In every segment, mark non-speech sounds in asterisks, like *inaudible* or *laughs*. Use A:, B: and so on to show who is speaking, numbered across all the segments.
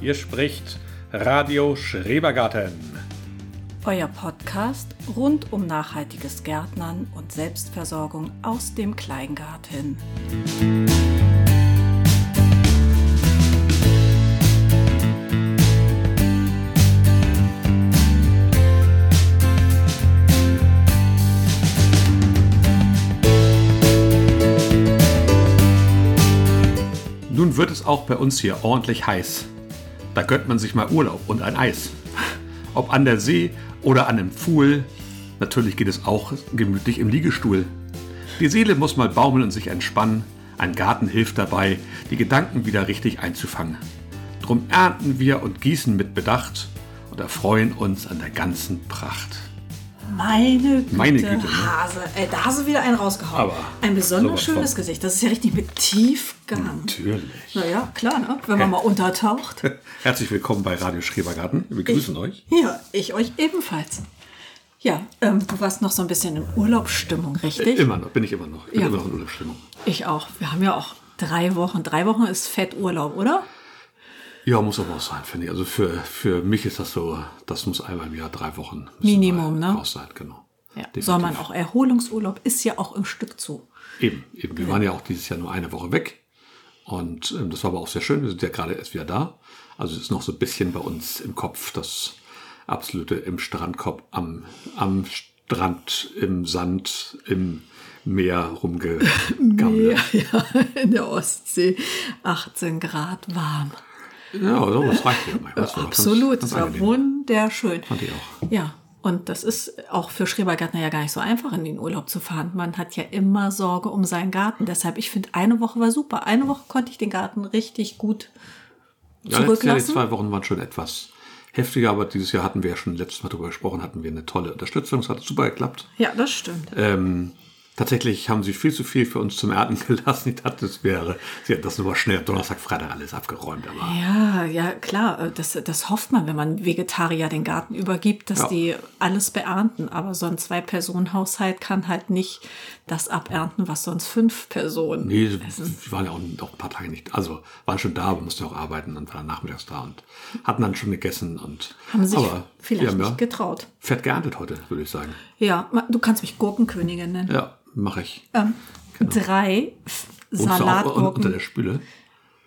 A: Hier spricht Radio Schrebergarten.
B: Euer Podcast rund um nachhaltiges Gärtnern und Selbstversorgung aus dem Kleingarten.
A: Nun wird es auch bei uns hier ordentlich heiß. Da gönnt man sich mal Urlaub und ein Eis. Ob an der See oder an einem Pfuhl, natürlich geht es auch gemütlich im Liegestuhl. Die Seele muss mal baumeln und sich entspannen. Ein Garten hilft dabei, die Gedanken wieder richtig einzufangen. Drum ernten wir und gießen mit Bedacht und erfreuen uns an der ganzen Pracht.
B: Meine Güte,
A: Meine Güte, ne?
B: Hase. Ey, da hast du wieder einen rausgehauen.
A: Aber
B: Ein besonders
A: sowas von.
B: schönes Gesicht. Das ist ja richtig mit Tiefgang.
A: Natürlich.
B: Naja, klar, ne? wenn man mal
A: *laughs*
B: untertaucht.
A: Herzlich willkommen bei Radio Schrebergarten. Wir begrüßen euch.
B: Ja, ich euch ebenfalls. Ja, ähm, du warst noch so ein bisschen in Urlaubsstimmung, richtig?
A: Immer noch, bin ich immer noch. Ich bin
B: Ja.
A: immer noch in Urlaubsstimmung.
B: Ich auch. Wir haben ja auch drei Wochen. Drei Wochen ist Fetturlaub, oder?
A: Ja, muss aber auch sein, finde ich. Also für, für mich ist das so, das muss einmal im Jahr drei Wochen. müssen
B: Minimum,
A: wir
B: ne?
A: Raus sein, genau.
B: Ja.
A: Definitiv.
B: Soll man auch Erholungsurlaub ist ja auch im Stück zu.
A: Eben, eben. Wir waren ja auch dieses Jahr nur eine Woche weg. Und ähm, das war aber auch sehr schön. Wir sind ja gerade erst wieder da. Also es ist noch so ein bisschen bei uns im Kopf das absolute im Strandkorb, am, am Strand, im Sand, im Meer
B: *laughs*
A: rumgegammelt.
B: Ja, ja, in der Ostsee. 18 Grad warm.
A: Ja, also das reicht ja manchmal. Das war ganz- ganz
B: Absolut. Das war
A: angenehm.
B: wunderschön.
A: Fand ich auch.
B: Ja. Und das ist auch für Schrebergärtner ja gar nicht so einfach, in den Urlaub zu fahren. Man hat ja immer Sorge um seinen Garten. Deshalb, ich finde, eine Woche war super. Eine Woche konnte ich den Garten richtig gut
A: Ja, letztes Jahr die
B: zurücklassen.
A: zwei Wochen waren schon etwas heftiger, aber dieses Jahr hatten wir ja schon letztes Mal drüber gesprochen, hatten wir eine tolle Unterstützung. Es hat super geklappt.
B: Ja, das stimmt.
A: Ähm, tatsächlich haben sie viel zu viel für uns zum Ernten *laughs* gelassen. Ich dachte, es wäre, sie hätten das nur mal schnell Donnerstag, Freitag alles abgeräumt. Aber
B: Ja, ja, klar. äh, Das, das hofft man, wenn man Vegetarier den Garten übergibt, dass
A: Ja.
B: die alles beernten. Aber so ein Zwei-Personen-Haushalt kann halt nicht das abernten, was sonst fünf Personen.
A: nee, sie sie waren ja auch noch ein paar Tage nicht, also waren schon da, aber mussten auch arbeiten und waren nachmittags da und hatten dann schon gegessen und
B: Haben sich
A: aber
B: vielleicht
A: wir
B: nicht
A: haben ja
B: getraut.
A: fett geerntet heute, würde ich sagen.
B: Ja, ma- du kannst mich Gurkenkönigin nennen.
A: Ja, mache ich.
B: Ähm, Drei F-
A: Wohnst du auch un- unter
B: Salatgurken.
A: der Spüle.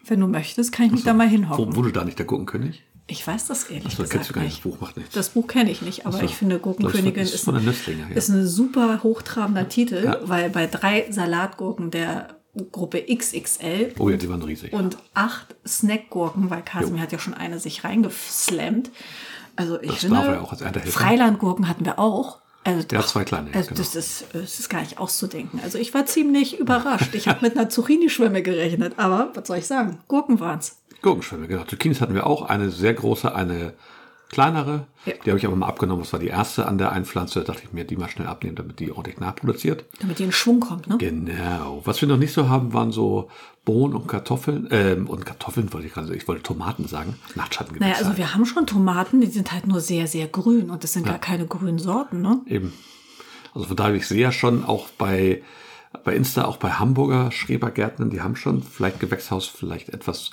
B: Wenn du möchtest, kann ich mich da mal hinhocken.
A: Wo, wurde da nicht der Gurkenkönig?
B: Ich weiß das ehrlich
A: Achso,
B: gesagt
A: kennst du gar nicht.
B: nicht.
A: Das Buch macht nichts.
B: Das Buch kenne ich nicht, aber ich finde Gurkenkönigin
A: Das ist
B: ist,
A: von der Nüsslinge, ja.
B: ist ein super hochtrabender Titel,
A: Ja.
B: weil bei drei Salatgurken der Gruppe XXL
A: Oh ja, die waren riesig.
B: und acht Snackgurken, weil Kasimir hat ja schon eine sich reingeslammt. Also ich
A: Das
B: finde,
A: darf er auch als Erntehelfer.
B: Freilandgurken hatten wir auch. Also,
A: Ja, zwei kleine,
B: Also
A: genau.
B: das, ist, das ist gar nicht auszudenken. Also ich war ziemlich überrascht. Ich habe mit einer Zucchini-Schwemme gerechnet, aber was soll ich sagen? Gurken waren's.
A: Gurkenschwämme, genau. Zucchinis hatten wir auch. Eine sehr große, eine kleinere.
B: Ja.
A: Die habe ich aber mal abgenommen. Das war die erste an der Einpflanze. Da dachte ich mir, die mal schnell abnehmen, damit die ordentlich nachproduziert.
B: Damit die in Schwung kommt, ne?
A: Genau. Was wir noch nicht so haben, waren so Bohnen und Kartoffeln. Ähm, und Kartoffeln wollte ich gerade sagen. Ich wollte Tomaten sagen. Nachtschattengewächse.
B: Naja, also wir haben schon Tomaten, die sind halt nur sehr, sehr grün und das sind gar keine grünen Sorten, ne?
A: Eben. Also von daher, ich sehe ja schon auch bei, bei Insta, auch bei Hamburger Schrebergärtnern, die haben schon vielleicht Gewächshaus, vielleicht etwas,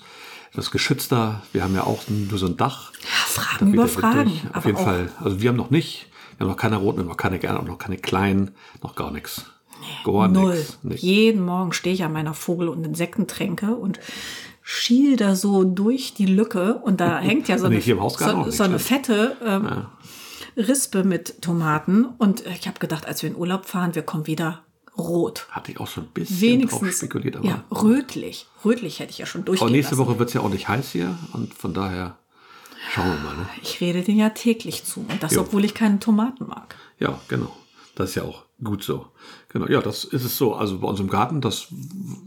A: etwas geschützter. Wir haben ja auch nur so ein Dach.
B: Fragen über
A: Wieder
B: Fragen.
A: durch. Auf
B: aber
A: jeden
B: auch,
A: Fall. Also wir haben noch nicht, wir haben noch keine roten, wir haben noch keine gelben, auch noch keine kleinen, noch gar nichts. Gar
B: Null.
A: nichts. Nichts.
B: Jeden Morgen stehe ich an meiner Vogel- und Insektentränke und schiel da so durch die Lücke
A: *laughs*
B: und da hängt ja so
A: Nee,
B: eine,
A: hier im Hausgarten auch
B: so,
A: nicht,
B: so eine
A: ne?
B: fette ähm, Rispe mit Tomaten und ich habe gedacht, als wir in Urlaub fahren, wir kommen wieder rot.
A: Hatte ich auch so ein bisschen drauf
B: Wenigstens
A: spekuliert, aber.
B: ja, rötlich. Rötlich hätte ich ja schon
A: aber
B: durchgehen
A: nächste
B: lassen.
A: Woche wird es ja auch nicht heiß hier und von daher schauen wir mal. Ne?
B: Ich rede den ja täglich zu und das,
A: Jo.
B: obwohl ich keine Tomaten mag.
A: Ja, genau. Das ist ja auch gut so. Genau, ja, das ist es so. Also bei uns im Garten, das,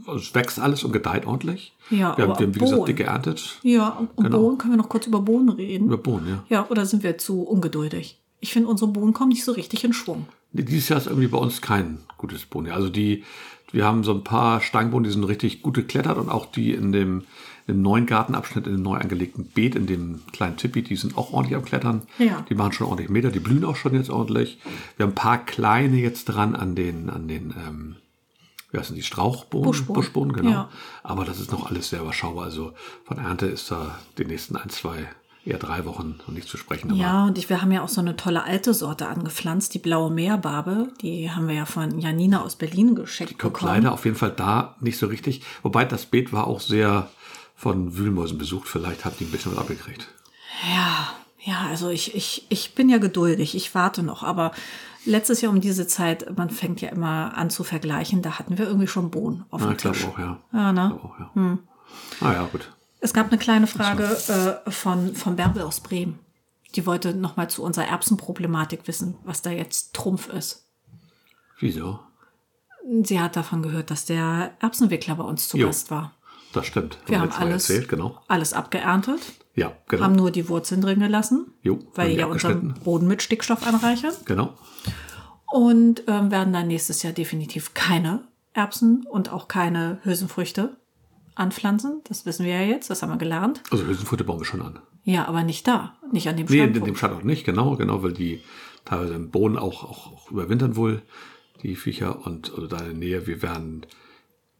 A: das wächst alles und gedeiht ordentlich.
B: Ja,
A: wir haben,
B: aber
A: wir haben wie gesagt,
B: Bohnen.
A: dick geerntet.
B: Ja, und und
A: Genau.
B: Bohnen können wir noch kurz über Bohnen reden.
A: Über Bohnen, ja.
B: Ja, oder sind wir zu ungeduldig? Ich finde, unsere Bohnen kommen nicht so richtig in Schwung.
A: Nee, Dieses Jahr ist irgendwie bei uns kein gutes Bohnen. Also die, wir haben so ein paar Stangenbohnen, die sind richtig gut geklettert und auch die in dem, im neuen Gartenabschnitt, in dem neu angelegten Beet, in dem kleinen Tippi, die sind auch ordentlich am Klettern.
B: Ja.
A: Die machen schon ordentlich Meter, die blühen auch schon jetzt ordentlich. Wir haben ein paar kleine jetzt dran an den, an den ähm, wie heißen die, Strauchbohnen?
B: Buschbohnen.
A: genau.
B: Ja.
A: Aber das ist noch alles sehr überschaubar. Also von Ernte ist da die nächsten ein, zwei, eher drei Wochen noch nicht zu sprechen. Aber
B: Ja, und ich, wir haben ja auch so eine tolle alte Sorte angepflanzt, die blaue Meerbarbe. Die haben wir ja von Janina aus Berlin geschenkt
A: kommt
B: bekommen.
A: leider auf jeden Fall da nicht so richtig. Wobei das Beet war auch sehr von Wühlmäusen besucht. Vielleicht hat die ein bisschen was abgekriegt.
B: Ja, ja, also ich, ich, ich bin ja geduldig, ich warte noch, aber letztes Jahr um diese Zeit, man fängt ja immer an zu vergleichen, da hatten wir irgendwie schon Bohnen auf
A: Ja,
B: dem
A: ich glaube
B: Tisch.
A: auch, ja.
B: Ja, ne?
A: Ich glaub Auch, ja. Ah ja, gut.
B: Es gab eine kleine Frage äh, von, von Bärbel aus Bremen. Die wollte nochmal zu unserer Erbsenproblematik wissen, was da jetzt Trumpf ist.
A: Wieso?
B: Sie hat davon gehört, dass der Erbsenwickler bei uns zu
A: Jo.
B: Gast war.
A: Das stimmt.
B: Wir haben
A: letztes Mal
B: alles,
A: erzählt, genau.
B: alles abgeerntet,
A: Ja, genau.
B: haben nur die Wurzeln drin gelassen,
A: Jo, haben
B: weil
A: die
B: die ja unseren
A: abgeschnitten.
B: Boden mit Stickstoff anreichern.
A: genau.
B: und ähm, werden dann nächstes Jahr definitiv keine Erbsen und auch keine Hülsenfrüchte anpflanzen. Das wissen wir ja jetzt, das haben wir gelernt.
A: Also Hülsenfrüchte bauen wir schon an.
B: Ja, aber nicht da, nicht an dem
A: Nee, in
B: Standpunkt.
A: dem Standort nicht, genau, genau, weil die teilweise im Boden auch, auch, auch überwintern wohl, die Viecher und also da in der Nähe, wir werden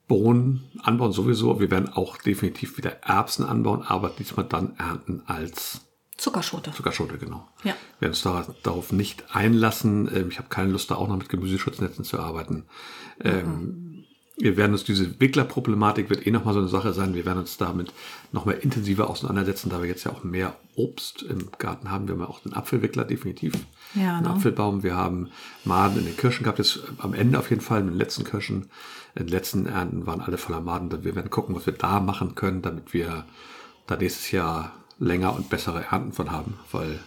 A: Bohnen anbauen sowieso, wir werden auch definitiv wieder Erbsen anbauen, aber diesmal dann ernten als
B: Zuckerschote.
A: Zuckerschote, genau.
B: Ja.
A: Wir werden uns da, darauf nicht einlassen. Ähm, ich habe keine Lust, da auch noch mit Gemüseschutznetzen zu arbeiten. Ähm, Wir werden uns diese Wicklerproblematik wird eh nochmal so eine Sache sein. Wir werden uns damit nochmal intensiver auseinandersetzen, da wir jetzt ja auch mehr Obst im Garten haben. Wir haben ja auch den Apfelwickler definitiv.
B: Ja,
A: einen
B: ne?
A: Apfelbaum. Wir haben Maden in den Kirschen gehabt. Jetzt äh, am Ende auf jeden Fall, in den letzten Kirschen, in den letzten Ernten waren alle voller Maden. Wir werden gucken, was wir da machen können, damit wir da nächstes Jahr länger und bessere Ernten von haben, weil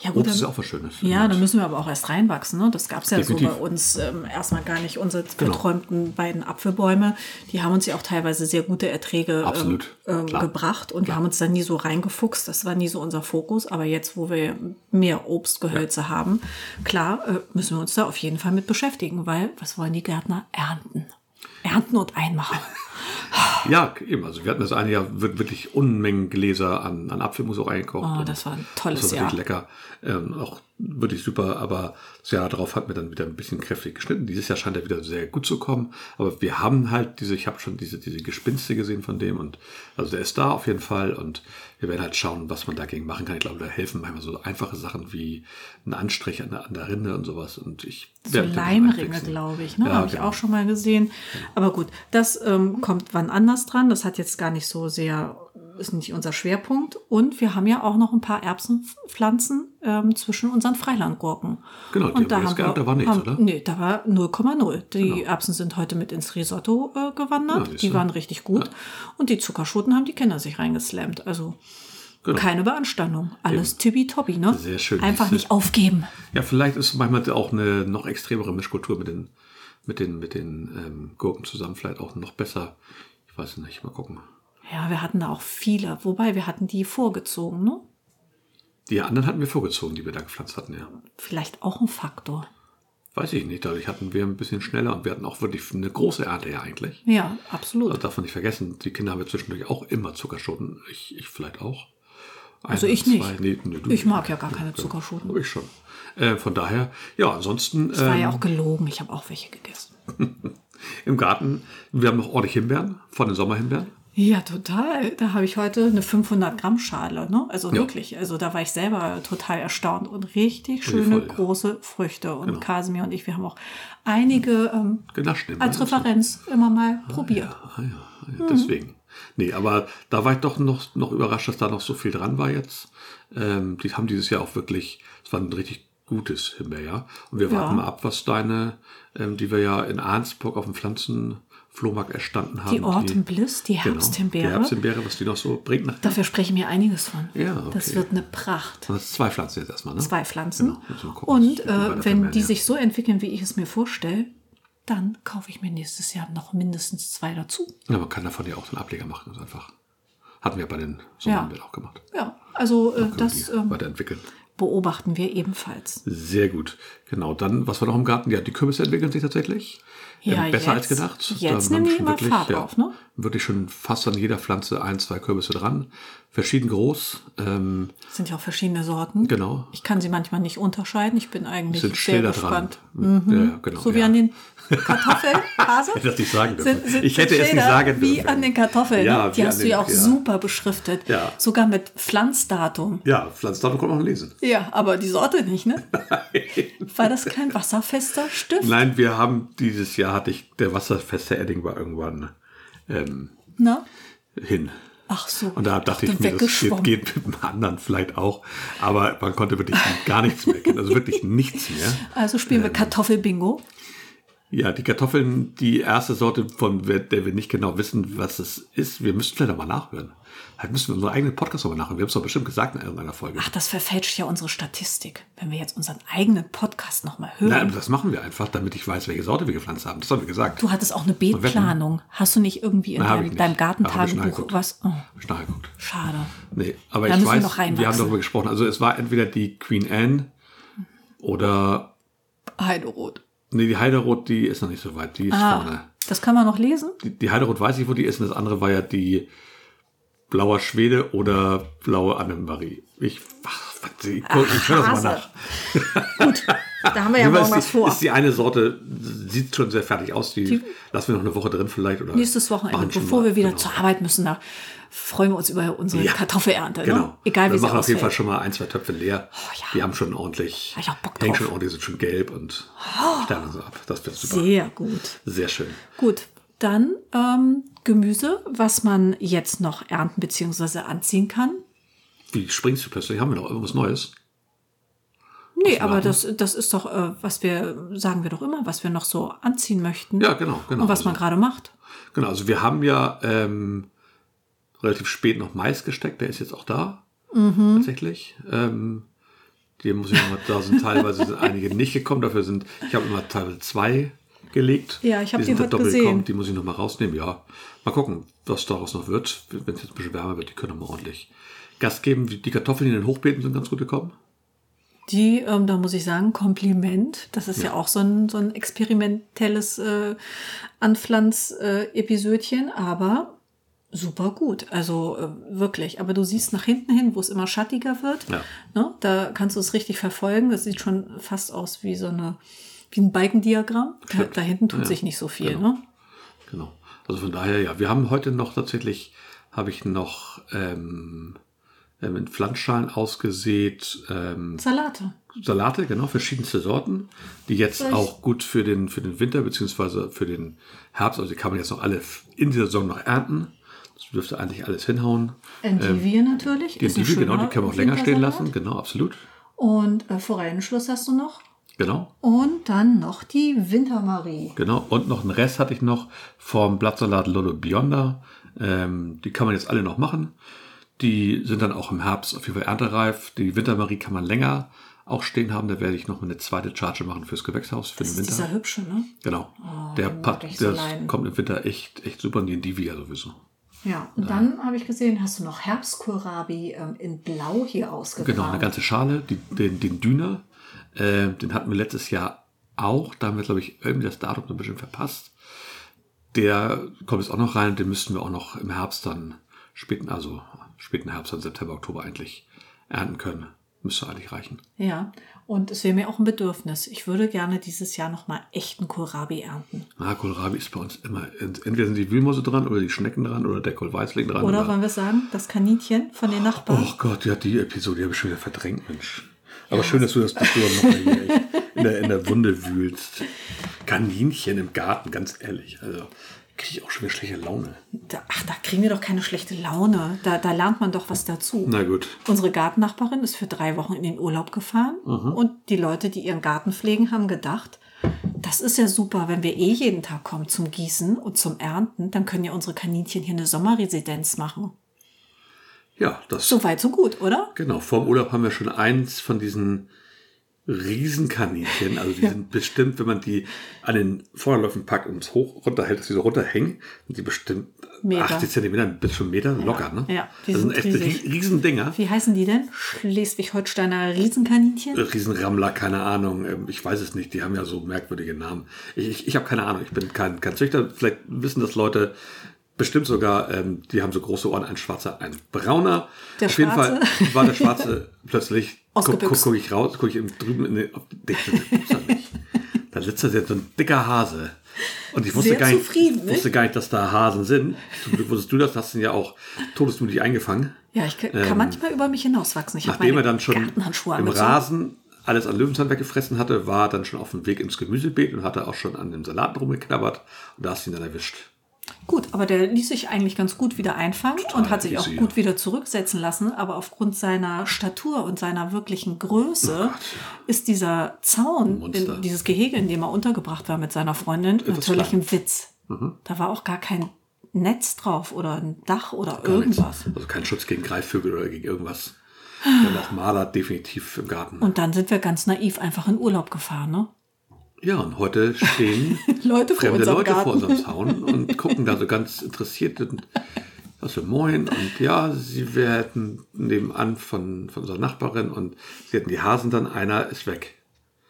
B: Ja, gut,
A: Obst
B: dann-
A: ist auch was Schönes.
B: Ja, da müssen wir aber auch erst reinwachsen. Ne? Das gab's ja so
A: Definitiv. Genau.
B: bei uns ähm, erstmal gar nicht. Unsere verträumten beiden Apfelbäume, die haben uns ja auch teilweise sehr gute Erträge ähm,
A: Absolut.
B: ähm,
A: Klar.
B: gebracht und wir haben uns da nie so reingefuchst. Das war nie so unser Fokus. Aber jetzt, wo wir mehr Obstgehölze haben, klar, äh, müssen wir uns da auf jeden Fall mit beschäftigen, weil was wollen die Gärtner? Ernten. Ernten und einmachen.
A: Ja, eben. Also wir hatten das eine Jahr wir- wirklich Unmengen Gläser an, an Apfelmus auch eingekocht.
B: Oh,
A: Und
B: das war ein tolles
A: Das war wirklich
B: Jahr.
A: lecker. Ähm, auch wirklich super. Aber das Jahr darauf hat mir dann wieder ein bisschen kräftig geschnitten. Dieses Jahr scheint er wieder sehr gut zu kommen. Aber wir haben halt diese, ich habe schon diese, diese Gespinste gesehen von dem. Und also der ist da auf jeden Fall. Und wir werden halt schauen, was man dagegen machen kann. Ich glaube, da helfen manchmal so einfache Sachen wie ein Anstrich an der, an der Rinde und sowas. Und ich
B: So
A: werde mich damit
B: Leimringe,
A: einfixen.
B: glaube ich. Ne?
A: Ja,
B: Habe ich
A: genau.
B: auch schon mal gesehen. Aber gut, das ähm, kommt wann anders dran. Das hat jetzt gar nicht so sehr, ist nicht unser Schwerpunkt. Und wir haben ja auch noch ein paar Erbsenpflanzen ähm, zwischen unseren Freilandgurken.
A: Genau, die haben
B: Und
A: wir jetzt gehabt, da war nichts,
B: haben,
A: oder? Genau.
B: Nee, da war 0,0. Die Erbsen sind heute mit ins Risotto äh, gewandert.
A: Ja, siehst
B: die
A: du.
B: waren richtig gut. Und die Zuckerschoten haben die Kinder sich reingeslammt. Also
A: Genau.
B: keine Beanstandung. Alles tibi-tobi, ne?
A: Sehr schön,
B: Einfach
A: siehst du.
B: nicht aufgeben.
A: Ja, vielleicht ist manchmal auch eine noch extremere Mischkultur mit den, mit den, mit den ähm, Gurken zusammen vielleicht auch noch besser. Ich weiß nicht, mal gucken.
B: Ja, wir hatten da auch viele. Wobei, wir hatten die vorgezogen, ne?
A: Die anderen hatten wir vorgezogen, die wir da gepflanzt hatten, ja.
B: Vielleicht auch ein Faktor.
A: Weiß ich nicht, dadurch hatten wir ein bisschen schneller und wir hatten auch wirklich eine große Ernte ja eigentlich.
B: Ja,
A: Das
B: absolut.
A: darf man nicht vergessen, die Kinder haben ja zwischendurch auch immer Zuckerschoten. Ich, ich vielleicht auch. Ein,
B: Also ich nicht.
A: Nee, nee, du
B: Ich
A: nicht.
B: mag ja gar keine Zuckerschoten.
A: Aber Ich schon. Äh, von daher, ja, ansonsten. ähm,
B: Das war ja auch gelogen. Ich habe auch welche gegessen.
A: Im Garten, wir haben noch ordentlich Himbeeren, von den Sommerhimbeeren.
B: Ja, total. Da habe ich heute eine 500 Gramm Schale, ne? Also
A: Ja.
B: wirklich. Also da war ich selber total erstaunt und richtig
A: Voll,
B: schöne
A: voll, ja. Genau.
B: große Früchte. Und Kasimir und ich, wir haben auch einige ähm,
A: Genascht nehmen.
B: als Referenz immer mal probiert.
A: Ah ja, ja deswegen. Nee, aber da war ich doch noch, noch überrascht, dass da noch so viel dran war jetzt. Ähm, die haben dieses Jahr auch wirklich, es war ein richtig gutes Himbeerjahr. Und wir warten mal ab, was deine, ähm, die wir ja in Arnsburg auf dem Pflanzenflohmarkt erstanden haben.
B: Die Autumn Bliss, die
A: genau, Die
B: Herbsthimbeere.
A: Herbsthimbeere, was die noch so bringt. Nach,
B: Dafür sprechen wir einiges von.
A: Ja, okay.
B: Das wird eine Pracht.
A: das sind Also zwei Pflanzen jetzt erstmal, ne?
B: zwei Pflanzen.
A: Genau, müssen wir gucken,
B: und
A: dass wir weiter
B: äh, wenn
A: vermehren,
B: die
A: ja.
B: sich so entwickeln, wie ich es mir vorstelle, dann kaufe ich mir nächstes Jahr noch mindestens zwei dazu.
A: Ja, man kann davon ja auch den Ableger machen, ganz einfach. Hatten wir bei den
B: Ja.
A: Sommerhimbeeren auch gemacht.
B: Ja, also äh,
A: Können wir
B: das
A: die
B: ähm,
A: weiterentwickeln.
B: beobachten wir ebenfalls.
A: Sehr gut. Genau, dann, was war noch im Garten? Ja, die Kürbisse entwickeln sich tatsächlich.
B: Ja,
A: ähm, besser
B: jetzt-
A: als gedacht.
B: jetzt
A: haben
B: nehmen die
A: schon
B: immer Farbe
A: ja,
B: auf, ne?
A: Wirklich schon fast an jeder Pflanze ein, zwei Kürbisse dran. Verschieden groß. Ähm,
B: Das sind ja auch verschiedene Sorten.
A: Genau.
B: Ich kann sie manchmal nicht unterscheiden. Ich bin eigentlich
A: sind
B: sehr
A: still da dran.
B: gespannt. Mhm.
A: Ja, ja, genau.
B: So wie
A: ja.
B: an den
A: *laughs*
B: Kartoffeln, Hase?
A: Hätte das nicht sagen dürfen.
B: Sind, sind
A: Ich hätte es nicht
B: Schilder
A: sagen
B: Wie
A: dürfen.
B: an den Kartoffeln.
A: Ja,
B: Ja, die
A: wie
B: hast
A: an
B: du
A: den-
B: ja auch
A: ja.
B: super beschriftet.
A: Ja.
B: Sogar mit Pflanzdatum.
A: ja, Pflanzdaten kommt man lesen.
B: Ja, aber die Sorte nicht, ne? War das kein wasserfester Stift?
A: Nein, wir haben dieses Jahr hatte ich der wasserfeste Edding war irgendwann ähm,
B: Na?
A: hin.
B: ne? Ach so.
A: Und da dachte ich
B: Dann
A: mir, das
B: weggeschwommen.
A: geht, geht mit dem anderen vielleicht auch. Aber man konnte wirklich gar nichts mehr kennen. Also wirklich nichts mehr.
B: Also spielen
A: Ähm.
B: wir Kartoffelbingo.
A: Ja, die Kartoffeln, die erste Sorte, von wer- der wir nicht genau wissen, was es ist. Wir müssen vielleicht nochmal nachhören. Halt müssen wir unseren eigenen Podcast nochmal nachhören. Wir haben es doch bestimmt gesagt in irgendeiner Folge.
B: Ach, das verfälscht ja unsere Statistik, wenn wir jetzt unseren eigenen Podcast nochmal hören.
A: Nein, das machen wir einfach, damit ich weiß, welche Sorte wir gepflanzt haben. Das haben wir gesagt.
B: Du hattest auch eine Beetplanung. Hast du nicht irgendwie in
A: Nein, hab ich
B: deinem,
A: nicht.
B: deinem
A: Hab ich schon
B: Gartentagebuch
A: angeguckt.
B: was? Oh,
A: Hab ich nachgeguckt.
B: schade.
A: Nee, aber
B: Da
A: ich
B: müssen wir
A: weiß,
B: noch
A: wir,
B: reinwachsen.
A: haben darüber gesprochen. Also es war entweder die Queen Anne oder
B: Heiderot.
A: nee, die Heiderot, die ist noch nicht so weit. Die ist
B: Ah.
A: vorne.
B: Das kann man noch lesen?
A: Die, die Heiderot weiß ich, wo die ist. Und das andere war ja die blauer Schwede oder blaue Annemarie. Ich, ach, was, ich, guck, ich höre das
B: Hase.
A: mal nach.
B: Da haben wir ja
A: Jedenfalls
B: morgen was
A: die-
B: vor.
A: Ist die eine Sorte, sieht schon sehr fertig aus. Die, lassen wir noch eine Woche drin vielleicht. Oder
B: Nächstes Wochenende,
A: machen schon
B: bevor
A: mal,
B: wir wieder
A: genau.
B: zur Arbeit müssen, da freuen wir uns über unsere
A: Ja,
B: Kartoffelernte. Ne?
A: Genau.
B: Egal wie
A: wir
B: sie
A: machen auf jeden Fall schon
B: ausfällt.
A: mal ein, zwei Töpfe leer.
B: ja.
A: Die haben schon ordentlich,
B: Hab ich auch Bock
A: hängen
B: drauf. Oh.
A: schon ordentlich, sind schon gelb und sterben so ab. Das wird super.
B: Sehr gut.
A: Sehr schön.
B: Gut, dann ähm, Gemüse, was man jetzt noch ernten bzw. anziehen kann.
A: Wie springst du plötzlich? Haben wir noch irgendwas Neues?
B: Nee, aber das, das ist doch, äh, was wir, sagen wir doch immer, was wir noch so anziehen möchten.
A: Ja, genau, genau.
B: Und was man
A: also,
B: gerade macht.
A: genau, also wir haben ja ähm, relativ spät noch Mais gesteckt, der ist jetzt auch da. Tatsächlich. Ähm, die muss ich nochmal, da sind teilweise sind einige nicht gekommen, dafür sind, ich habe immer teilweise zwei gelegt.
B: Ja, ich hab die
A: sind da
B: heute
A: doppelt
B: gesehen.
A: gekommen, Die muss ich nochmal rausnehmen, ja. Mal gucken, was daraus noch wird. Wenn es jetzt ein bisschen wärmer wird, die können nochmal ordentlich Gas geben. Die Kartoffeln in den Hochbeeten sind ganz gut gekommen.
B: Die, ähm, da muss ich sagen, Kompliment. Das ist ja, auch so ein, so ein experimentelles äh, Anpflanz-Episödchen, aber super gut. Also äh, wirklich. Aber du siehst nach hinten hin, wo es immer schattiger wird.
A: Ja.
B: Ne? Da kannst du es richtig verfolgen. Das sieht schon fast aus wie so eine, wie ein Balkendiagramm. Da,
A: Stimmt.
B: da hinten tut
A: Ja,
B: sich nicht so viel. Ne?
A: Genau. Also von daher, ja, wir haben heute noch tatsächlich, habe ich noch ähm, ähm, in Pflanzschalen ausgesät, ähm,
B: Salate.
A: Salate, genau, verschiedenste Sorten, die jetzt auch gut für den, für den Winter beziehungsweise für den Herbst, also die kann man jetzt noch alle f- in dieser Saison noch ernten. Das dürfte eigentlich alles hinhauen.
B: Endivie natürlich.
A: Die,
B: Ist ein
A: die, Ähm, genau, die
B: schöner
A: können wir auch länger stehen
B: Wintersalat.
A: lassen, genau, absolut.
B: Und äh, Forellenschluss hast du noch.
A: Genau,
B: Und dann noch die Wintermarie.
A: genau. Und noch einen Rest hatte ich noch vom Blattsalat Lolo Bionda. Ähm, die kann man jetzt alle noch machen. Die sind dann auch im Herbst auf jeden Fall erntereif. Die Wintermarie kann man länger auch stehen haben. Da werde ich noch mal eine zweite Charge machen fürs Gewächshaus für den
B: Das ist
A: Winter.
B: dieser hübsche, ne?
A: Genau. der
B: den
A: Pat,
B: mag ich so
A: der
B: leiden.
A: kommt im Winter echt, echt super in die Divi ja sowieso.
B: Ja, und dann habe ich gesehen, hast du noch Herbstkohlrabi ähm, in Blau hier ausgegraben.
A: Genau, eine ganze Schale, die, den, den Düner, äh, den hatten wir letztes Jahr auch. Da haben wir, glaube ich, irgendwie das Datum so ein bisschen verpasst. Der kommt jetzt auch noch rein und den müssten wir auch noch im Herbst dann, späten, also späten Herbst, dann September, Oktober eigentlich ernten können. Müsste eigentlich reichen.
B: Ja, und es wäre mir auch ein Bedürfnis. Ich würde gerne dieses Jahr nochmal echten Kohlrabi ernten.
A: Ah, Kohlrabi ist bei uns immer, ent- entweder sind die Wühlmäuse dran oder die Schnecken dran oder der Kohlweißling dran.
B: Oder wollen wir sagen, das Kaninchen von den Nachbarn?
A: Oh Gott, ja, die Episode, die habe ich schon wieder verdrängt, Mensch. Aber schön, dass du das dass du dann noch mal hier echt in, der, in der Wunde wühlst. Kaninchen im Garten, ganz ehrlich. Also kriege ich auch schon wieder schlechte Laune.
B: Da, ach, da kriegen wir doch keine schlechte Laune. Da, da lernt man doch was dazu.
A: Na gut.
B: Unsere Gartennachbarin ist für drei Wochen in den Urlaub gefahren
A: Mhm.
B: und die Leute, die ihren Garten pflegen, haben gedacht, das ist ja super, wenn wir eh jeden Tag kommen zum Gießen und zum Ernten, dann können ja unsere Kaninchen hier eine Sommerresidenz machen.
A: Ja, das.
B: So weit, so gut, oder?
A: Genau, vorm Urlaub haben wir schon eins von diesen Riesenkaninchen. Also die sind bestimmt, wenn man die an den Vorderläufen packt und es hoch runterhält, dass die so runterhängen, sind die bestimmt
B: Mega.
A: 80 Zentimeter bis schon Meter locker. Ne?
B: Ja, die
A: das
B: sind
A: sind, echt
B: riesig.
A: Rie- Riesendinger.
B: Wie heißen die denn? Schleswig-Holsteiner
A: Äh,
B: Riesenkaninchen?
A: Riesenrammler, keine Ahnung. ähm, Ich weiß es nicht. Die haben ja so merkwürdige Namen. Ich, ich, ich habe keine Ahnung. Ich bin kein, kein Züchter. Vielleicht wissen das Leute bestimmt sogar. Ähm, die haben so große Ohren. Ein schwarzer, ein brauner.
B: Der
A: Auf jeden Fall
B: Schwarze.
A: war der
B: *laughs*
A: schwarze plötzlich. Guck, guck,
B: Ausgebüxt.
A: guck ich raus, guck ich eben drüben in den. auf- Nee, das gibt's doch nicht. Da sitzt da jetzt so ein dicker Hase. Und ich wusste
B: Sehr
A: gar nicht,
B: zufrieden, ne?
A: wusste gar nicht, dass da Hasen sind. Zum Glück wusstest du das, hast ihn ja auch todesmutig eingefangen.
B: Ja, ich kann, kann manchmal über mich hinauswachsen. Ich hab
A: ähm, Nachdem
B: meine
A: er dann schon
B: Gartenhandschuhe
A: im
B: angezogen.
A: Rasen alles an Löwenzahn weggefressen hatte, war er dann schon auf dem Weg ins Gemüsebeet und hatte auch schon an dem Salat rumgeknabbert und da hast du ihn dann erwischt.
B: Gut, aber der ließ sich eigentlich ganz gut wieder einfangen und hat sich
A: easy,
B: auch gut
A: ja.
B: wieder zurücksetzen lassen. Aber aufgrund seiner Statur und seiner wirklichen
A: Oh
B: Größe ist dieser Zaun,
A: Monster.
B: in, dieses Gehege, in dem er untergebracht war mit seiner Freundin, natürlich
A: klein. Mhm.
B: ein Witz. Da war auch gar kein Netz drauf oder ein Dach oder
A: Gar nichts.
B: irgendwas.
A: Also kein Schutz gegen Greifvögel oder gegen irgendwas. Und auch Maler definitiv im Garten.
B: Und dann sind wir ganz naiv einfach in Urlaub gefahren, ne?
A: ja, und heute
B: *laughs*
A: stehen
B: Leute vor
A: fremde
B: unserem
A: Leute
B: Garten.
A: vor unserem Zaun und gucken da so ganz interessiert und also moin und ja, sie wir hätten nebenan von, von unserer Nachbarin und sie hätten die Hasen dann, einer ist weg.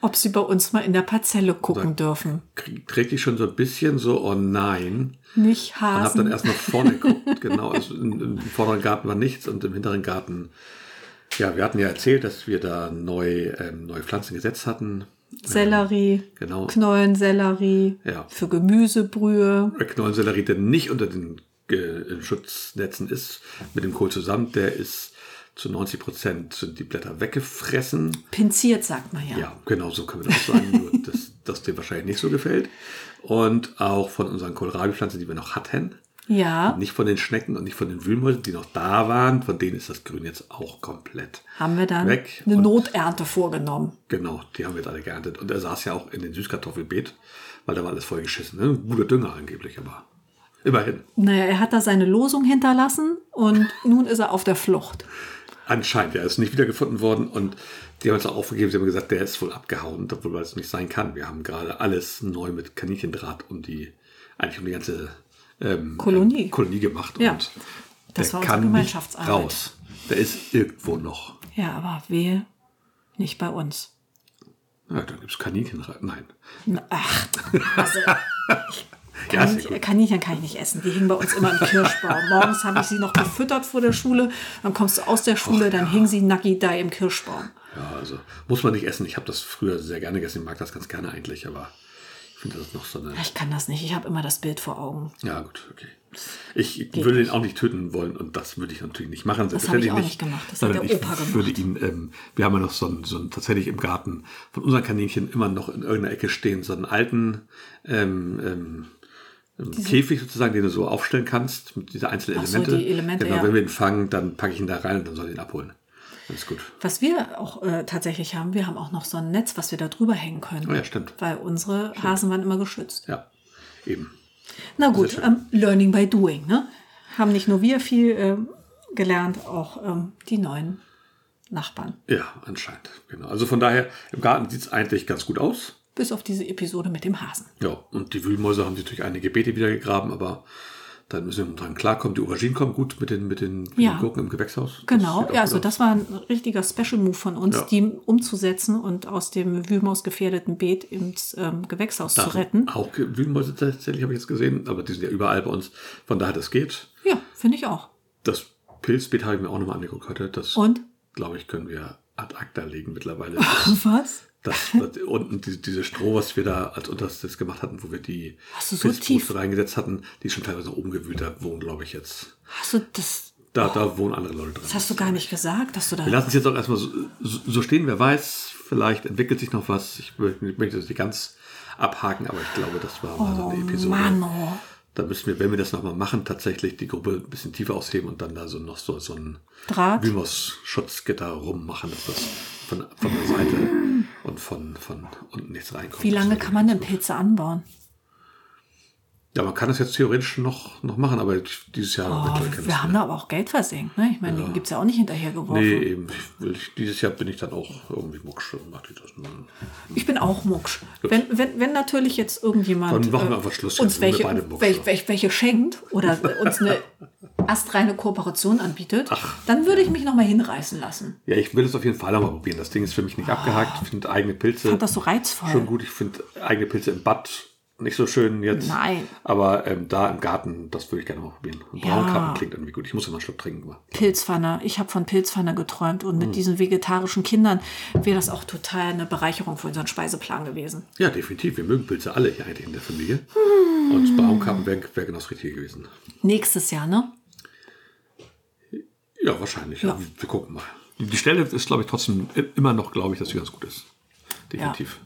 B: Ob sie bei uns mal in der Parzelle gucken dürfen.
A: Krieg- Trägt dich schon so ein bisschen so, oh nein.
B: Nicht
A: Und habe dann
B: Hasen.
A: erst nach vorne geguckt, genau. Also im, Im vorderen Garten war nichts und im hinteren Garten, ja, wir hatten ja erzählt, dass wir da neu, ähm, neue Pflanzen gesetzt hatten.
B: Sellerie,
A: Genau.
B: Knollensellerie,
A: Ja.
B: für Gemüsebrühe.
A: Knollensellerie, der nicht unter den äh, Schutznetzen ist, mit dem Kohl zusammen, der ist zu 90 Prozent sind die Blätter weggefressen.
B: Pinziert, sagt man ja.
A: Ja, genau so können wir das sagen, nur dass das dir wahrscheinlich nicht so gefällt. Und auch von unseren Kohlrabi-Pflanzen, die wir noch hatten,
B: Ja,
A: Nicht von den Schnecken und nicht von den Wühlmäusen, die noch da waren. Von denen ist das Grün jetzt auch komplett.
B: haben wir dann
A: Weg
B: eine
A: und-
B: Noternte vorgenommen.
A: Genau, die haben wir jetzt alle geerntet. Und er saß ja auch in den Süßkartoffelbeet, weil da war alles voll geschissen. Ne? Guter Dünger angeblich, aber immerhin.
B: Naja, er hat da seine Losung hinterlassen
A: *laughs*
B: und nun ist er auf der Flucht.
A: Anscheinend, er ist nicht wiedergefunden worden. Und die haben jetzt auch aufgegeben. Sie haben gesagt, der ist wohl abgehauen, obwohl das nicht sein kann. Wir haben gerade alles neu mit Kaninchendraht um die, eigentlich um die ganze ähm,
B: Kolonie.
A: ähm, Kolonie gemacht.
B: Ja.
A: Und
B: Das
A: der
B: war unsere
A: kann nicht
B: Gemeinschaftsarbeit.
A: raus. Der ist irgendwo noch.
B: Ja, aber wehe, nicht bei uns.
A: Ja, da gibt es Kaninchendraht. Nein.
B: Na, Ach,
A: *laughs*
B: also,
A: Ja,
B: kann
A: sehr
B: ich,
A: gut.
B: Kaninchen kann ich nicht essen. Die hingen bei uns immer im Kirschbaum. Morgens habe ich sie noch gefüttert vor der Schule. Dann kommst du aus der Schule, dann hingen sie nacki da im Kirschbaum.
A: Ja, also muss man nicht essen. Ich habe das früher sehr gerne gegessen. Ich mag das ganz gerne eigentlich, aber ich finde das ist noch so eine.
B: Ja, Ich kann das nicht. Ich habe immer das Bild vor Augen.
A: Ja, gut, okay. Ich würde ihn auch nicht töten wollen und das würde ich natürlich nicht machen.
B: Das habe ich
A: selbstverständlich
B: auch nicht gemacht. Das hat
A: sondern
B: der
A: ich
B: Opa gemacht.
A: Würde ihn, ähm, wir haben ja noch so einen, so einen tatsächlich im Garten von unseren Kaninchen immer noch in irgendeiner Ecke stehen, so einen alten ähm, ähm, ähm, Käfig sozusagen, den du so aufstellen kannst mit dieser einzelnen
B: Ach so,
A: Elemente.
B: die Elemente,
A: genau,
B: ja.
A: wenn wir ihn fangen, dann packe ich ihn da rein und dann soll ich ihn abholen. Alles gut.
B: Was wir auch äh, tatsächlich haben, wir haben auch noch so ein Netz, was wir da drüber hängen können.
A: Oh ja, stimmt.
B: Weil unsere Hasen waren immer geschützt.
A: Ja, eben.
B: Na gut,
A: schön.
B: ähm, Learning by Doing. Ne? Haben nicht nur wir viel ähm, gelernt, auch ähm, die neuen Nachbarn.
A: Ja, anscheinend. Genau. Also von daher, im Garten sieht es eigentlich ganz gut aus.
B: Bis auf diese Episode mit dem Hasen.
A: Ja, und die Wühlmäuse haben sich durch einige Beete wieder gegraben, aber dann müssen wir momentan klarkommen. Die Auberginen kommen gut mit den, mit den, mit
B: Ja.
A: den Gurken im Gewächshaus. Das
B: Genau,
A: sieht auch
B: ja,
A: gut
B: also
A: aus.
B: das war ein richtiger Special-Move von uns,
A: Ja.
B: die umzusetzen und aus dem wühlmausgefährdeten Beet ins ähm, Gewächshaus
A: Da
B: zu
A: sind
B: retten.
A: Auch Ge- Wühlmäuse tatsächlich habe ich jetzt gesehen, aber die sind ja überall bei uns. Von daher, das geht.
B: Ja, finde ich auch.
A: Das Pilzbeet habe ich mir auch nochmal angeguckt heute. Das, *laughs*
B: Und?
A: glaube ich, können wir ad acta legen
B: *laughs*
A: mittlerweile. Das,
B: Was?
A: das, das, unten diese, diese Stroh, was wir da als unterstes gemacht hatten, wo wir die
B: Hast du so tief?
A: reingesetzt hatten, die ist schon teilweise noch umgewühlt. Da wohnen, glaube ich, jetzt
B: Hast du das,
A: Da, da wohnen andere Leute drin.
B: das hast du gar nicht gesagt, dass du da
A: Wir lassen es jetzt auch erstmal so, so so stehen. Wer weiß, vielleicht entwickelt sich noch was. Ich mö- möchte das nicht ganz abhaken, aber ich glaube, das war mal so eine Episode.
B: Mann, oh.
A: Da müssen wir, wenn wir das nochmal machen, tatsächlich die Gruppe ein bisschen tiefer ausheben und dann da so noch so, so ein
B: Draht.
A: Wimos-Schutzgitter rummachen, dass das von, von der Seite und von, von unten nichts reinkommt.
B: Wie
A: Das
B: lange
A: ist
B: kann man denn Pilze anbauen?
A: Ja, man kann das jetzt theoretisch noch, noch machen, aber dieses Jahr
B: Oh,
A: wird
B: wir haben da aber auch Geld versenkt. Ne? Ich meine, die gibt es ja auch nicht hinterhergeworfen.
A: Nee, eben. Ich will, ich, dieses Jahr bin ich dann auch irgendwie mucksch und mach die das.
B: Ich bin auch mucksch. Wenn, wenn, wenn natürlich jetzt irgendjemand äh,
A: Dann machen wir einfach Schluss
B: uns
A: jetzt. Wir sind
B: welche,
A: beide mucksch,
B: welche,
A: ja.
B: welche, welche schenkt oder
A: *laughs*
B: uns eine astreine Kooperation anbietet, dann würde ich mich nochmal hinreißen lassen.
A: Ja, ich will es auf jeden Fall nochmal probieren. Das Ding ist für mich nicht abgehakt. Ich finde eigene Pilze.
B: Ich fand das so reizvoll.
A: Schon gut, ich finde eigene Pilze im Bad nicht so schön jetzt.
B: Nein.
A: Aber ähm, da im Garten, das würde ich gerne mal probieren. Und
B: Ja.
A: Braunkappen klingt irgendwie gut. Ich muss immer einen Schluck trinken. Aber.
B: Pilzpfanne. Ich habe von Pilzpfanne geträumt
A: Hm.
B: und mit diesen vegetarischen Kindern wäre das auch total eine Bereicherung für unseren Speiseplan gewesen.
A: Ja, definitiv. Wir mögen Pilze alle hier eigentlich in der Familie. Und Braunkappen wäre wär genau das Richtige gewesen.
B: Nächstes Jahr, ne?
A: Ja, wahrscheinlich.
B: Ja.
A: Wir, wir gucken mal. Die die Stelle ist, glaube ich, trotzdem i- immer noch, glaube ich, dass sie ganz gut ist. Definitiv.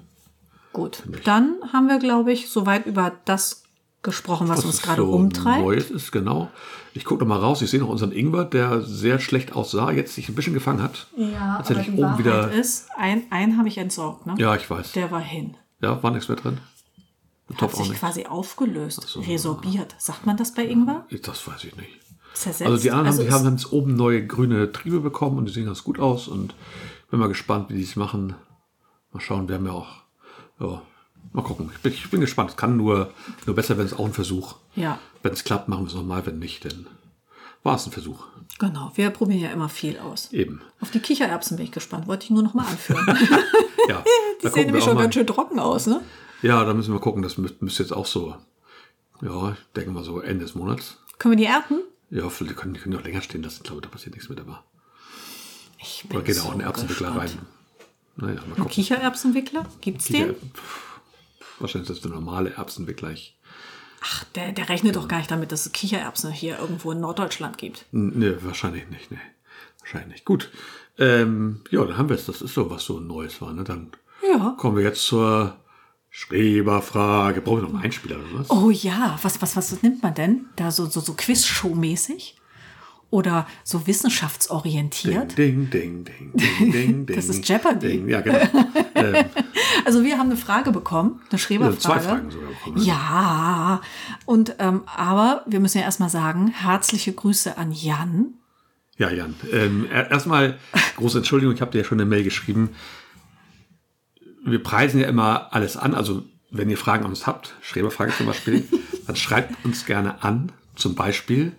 B: Gut. Dann haben wir, glaube ich, soweit über das gesprochen, was, uns
A: es
B: gerade
A: so
B: umtreibt.
A: Neues ist, genau. Ich gucke noch mal raus. Ich sehe noch unseren Ingwer, der sehr schlecht aussah, jetzt sich ein bisschen gefangen hat.
B: Ja, aber
A: Tatsächlich
B: die
A: oben
B: Wahrheit
A: wieder.
B: ist, ein, einen habe ich entsorgt, ne?
A: Ja, ich weiß.
B: Der war hin.
A: Ja, war nichts mehr drin.
B: Hat
A: Topf auch
B: sich
A: nicht.
B: quasi aufgelöst, resorbiert. Sagt man das bei Ingwer?
A: Das weiß ich nicht.
B: Zersetzt.
A: Also die anderen haben- die
B: es-
A: haben dann jetzt oben neue grüne Triebe bekommen und die sehen ganz gut aus und bin mal gespannt, wie die es machen. Mal schauen, wir haben ja auch. Ja, mal gucken. Ich bin, ich bin gespannt. Es kann nur, nur besser, wenn es auch ein Versuch.
B: Ja.
A: Wenn es klappt, machen wir es nochmal. Wenn nicht, dann war es ein Versuch.
B: Genau, wir probieren ja immer viel aus.
A: Eben.
B: Auf die Kichererbsen bin ich gespannt. Wollte ich nur noch
A: *laughs*
B: mal anführen.
A: Ja,
B: *laughs* Die sehen nämlich
A: auch
B: schon
A: mal.
B: ganz schön trocken aus, ne?
A: Ja, da müssen wir gucken. Das mü- müsste jetzt auch so. Ja, ich denke mal so Ende des Monats.
B: Können wir die ernten?
A: Ja, vielleicht können die können die auch länger stehen lassen. Ich glaube, da passiert nichts mit aber.
B: Ich
A: Oder geht auch ein Erbsenwickler
B: gespannt.
A: rein. Naja, mal gucken.
B: Kichererbsenwickler? Gibt's
A: Kicher-
B: den?
A: Pff, Wahrscheinlich ist das der normale Erbsenwickler. Ich-
B: Ach, der, der rechnet doch gar nicht damit, dass es Kichererbsen hier irgendwo in Norddeutschland gibt.
A: N- Nee, wahrscheinlich nicht. Nee. Wahrscheinlich nicht. Gut. Ähm, ja, dann haben wir es. Das ist so, was so Neues war. Ne? Dann
B: Ja.
A: kommen wir jetzt zur Schreberfrage. Brauchen wir noch einen Einspieler oder was?
B: Oh ja, was, was, was nimmt man denn? Da so, so, so Quiz-Show-mäßig? Oder so wissenschaftsorientiert?
A: Ding, ding, ding, ding, ding, ding.
B: *laughs* Das ist Jeopardy.
A: Ding. Ja, genau.
B: Also wir haben eine Frage bekommen, eine Schreberfrage.
A: Also zwei Fragen sogar bekommen.
B: Ja, und ähm, aber wir müssen ja erstmal sagen, herzliche Grüße an Jan.
A: Ja, Jan. Ähm, er- erstmal große Entschuldigung, ich habe dir ja schon eine Mail geschrieben. Wir preisen ja immer alles an. Also, wenn ihr Fragen an uns habt, Schreberfragen zum Beispiel, dann schreibt uns gerne an. Zum Beispiel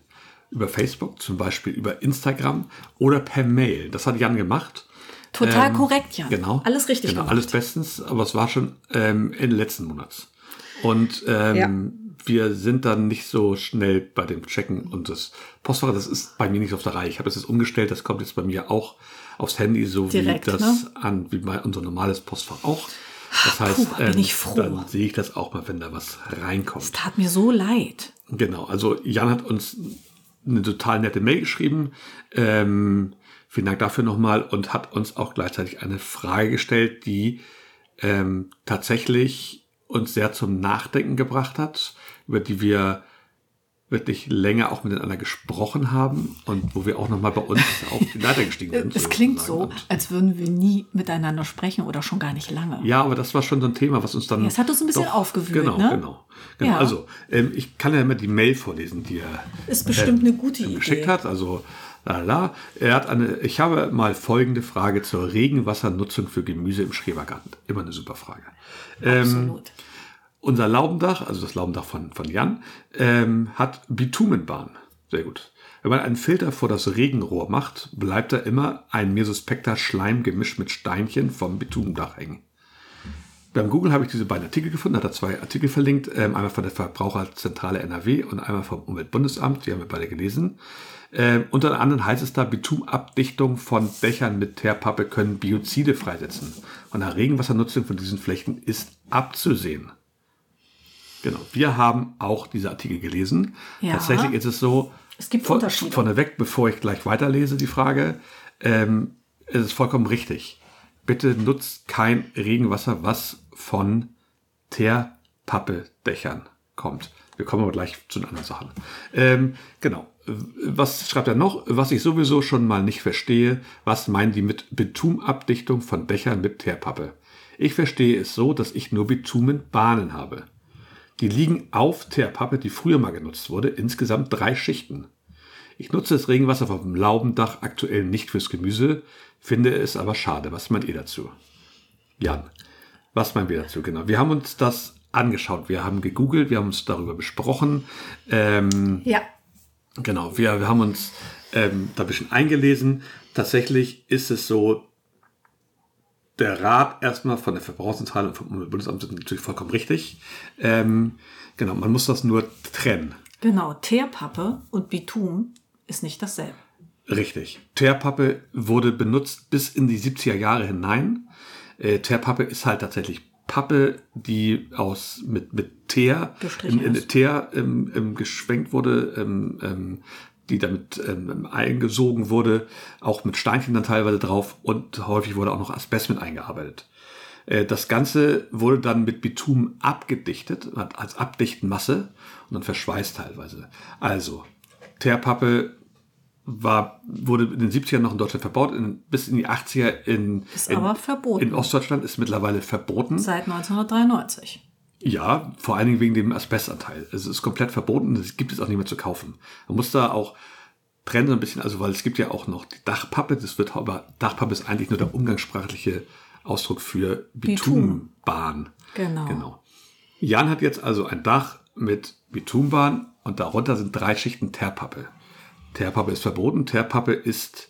A: über Facebook, zum Beispiel über Instagram oder per Mail. Das hat Jan gemacht.
B: Total korrekt, Jan.
A: Genau.
B: Alles richtig
A: Genau,
B: gemacht.
A: alles bestens, aber es war schon ähm, Ende letzten Monats. Und ähm, wir sind dann nicht so schnell bei dem Checken und das Postfach, das ist bei mir nicht auf der Reihe. Ich habe das jetzt umgestellt, das kommt jetzt bei mir auch aufs Handy, so
B: Direkt,
A: wie das
B: ne?
A: an, wie bei unser normales Postfach auch. Das heißt, ähm,
B: bin ich froh.
A: dann sehe ich das auch mal, wenn da was reinkommt.
B: Tat mir so leid.
A: Genau, also Jan hat uns eine total nette Mail geschrieben. Ähm, vielen Dank dafür nochmal und hat uns auch gleichzeitig eine Frage gestellt, die ähm, tatsächlich uns sehr zum Nachdenken gebracht hat, über die wir wirklich länger auch miteinander gesprochen haben und wo wir auch nochmal bei
B: *laughs*
A: uns auf die Leiter gestiegen sind.
B: Es klingt so,
A: sozusagen. Und-
B: als würden wir nie miteinander sprechen oder schon gar nicht lange.
A: ja, aber das war schon so ein Thema, was uns dann.
B: Ja, es hat uns ein bisschen aufgewühlt,
A: Genau,
B: ne?
A: genau. genau.
B: Ja.
A: Also, ähm, ich kann ja immer die Mail vorlesen, die er
B: Ist bestimmt eine gute
A: ihm
B: Idee.
A: geschickt hat. Also, la, la, la. Er hat eine, ich habe mal folgende Frage zur Regenwassernutzung für Gemüse im Schrebergarten. Immer eine super Frage. Ähm,
B: Absolut.
A: unser Laubendach, also das Laubendach von, von Jan, ähm, hat Bitumenbahn. Sehr gut. Wenn man einen Filter vor das Regenrohr macht, bleibt da immer ein mir suspekter Schleim gemischt mit Steinchen vom Bitumendach hängen. Beim Google habe ich diese beiden Artikel gefunden, hat er zwei Artikel verlinkt, ähm, einmal von der Verbraucherzentrale NRW und einmal vom Umweltbundesamt, die haben wir beide gelesen. Ähm, unter anderem heißt es da, Bitumabdichtung von Dächern mit Teerpappe können Biozide freisetzen. Von der Regenwassernutzung von diesen Flächen ist abzusehen. Genau, wir haben auch diese Artikel gelesen.
B: Ja.
A: Tatsächlich ist es so,
B: Es gibt
A: von,
B: Unterschiede.
A: Vorneweg, bevor ich gleich weiterlese, die Frage, ähm, es ist vollkommen richtig. Bitte nutzt kein Regenwasser, was von Teerpappedächern kommt. Wir kommen aber gleich zu den anderen Sachen. Ähm, genau. Was schreibt er noch? Was ich sowieso schon mal nicht verstehe, was meinen die mit Bitumabdichtung von Dächern mit Teerpappe? Ich verstehe es so, dass ich nur Bitumenbahnen habe. Die liegen auf Teerpappe, die früher mal genutzt wurde, insgesamt drei Schichten. Ich nutze das Regenwasser vom Laubendach aktuell nicht fürs Gemüse, finde es aber schade. Was meint ihr dazu? Jan, was meinen wir dazu? Genau. Wir haben uns das angeschaut, wir haben gegoogelt, wir haben uns darüber besprochen. Ähm,
B: Ja.
A: Genau, wir, wir haben uns ähm, da ein bisschen eingelesen. Tatsächlich ist es so, der Rat erstmal von der Verbraucherzentrale und vom Umweltbundesamt sind natürlich vollkommen richtig. Ähm, genau, man muss das nur trennen.
B: Genau, Teerpappe und Bitum ist nicht dasselbe.
A: Richtig. Teerpappe wurde benutzt bis in die 70er Jahre hinein. Äh, Teerpappe ist halt tatsächlich Pappe, die aus mit, mit Teer, in,
B: Gestrichen
A: in
B: ist.
A: Teer ähm, ähm, geschwenkt wurde, ähm, ähm, die damit ähm, eingesogen wurde, auch mit Steinchen dann teilweise drauf und häufig wurde auch noch Asbest mit eingearbeitet. Äh, Das Ganze wurde dann mit Bitumen abgedichtet, hat als Abdichtmasse und dann verschweißt teilweise. Also, Teerpappe war, wurde in den 70ern noch in Deutschland verbaut, in, bis in die 80er in,
B: Ist
A: in,
B: aber verboten.
A: in Ostdeutschland ist mittlerweile verboten.
B: Seit 1993.
A: Ja, vor allen Dingen wegen dem Asbestanteil. Es ist komplett verboten, es gibt es auch nicht mehr zu kaufen. Man muss da auch trennen so ein bisschen, also weil es gibt ja auch noch die Dachpappe, das wird aber Dachpappe ist eigentlich nur der umgangssprachliche Ausdruck für
B: Bitumen.
A: Bitumbahn.
B: Genau.
A: Genau. Jan hat jetzt also ein Dach mit Bitumbahn und darunter sind drei Schichten Teerpappe. Teerpappe ist verboten. Teerpappe ist.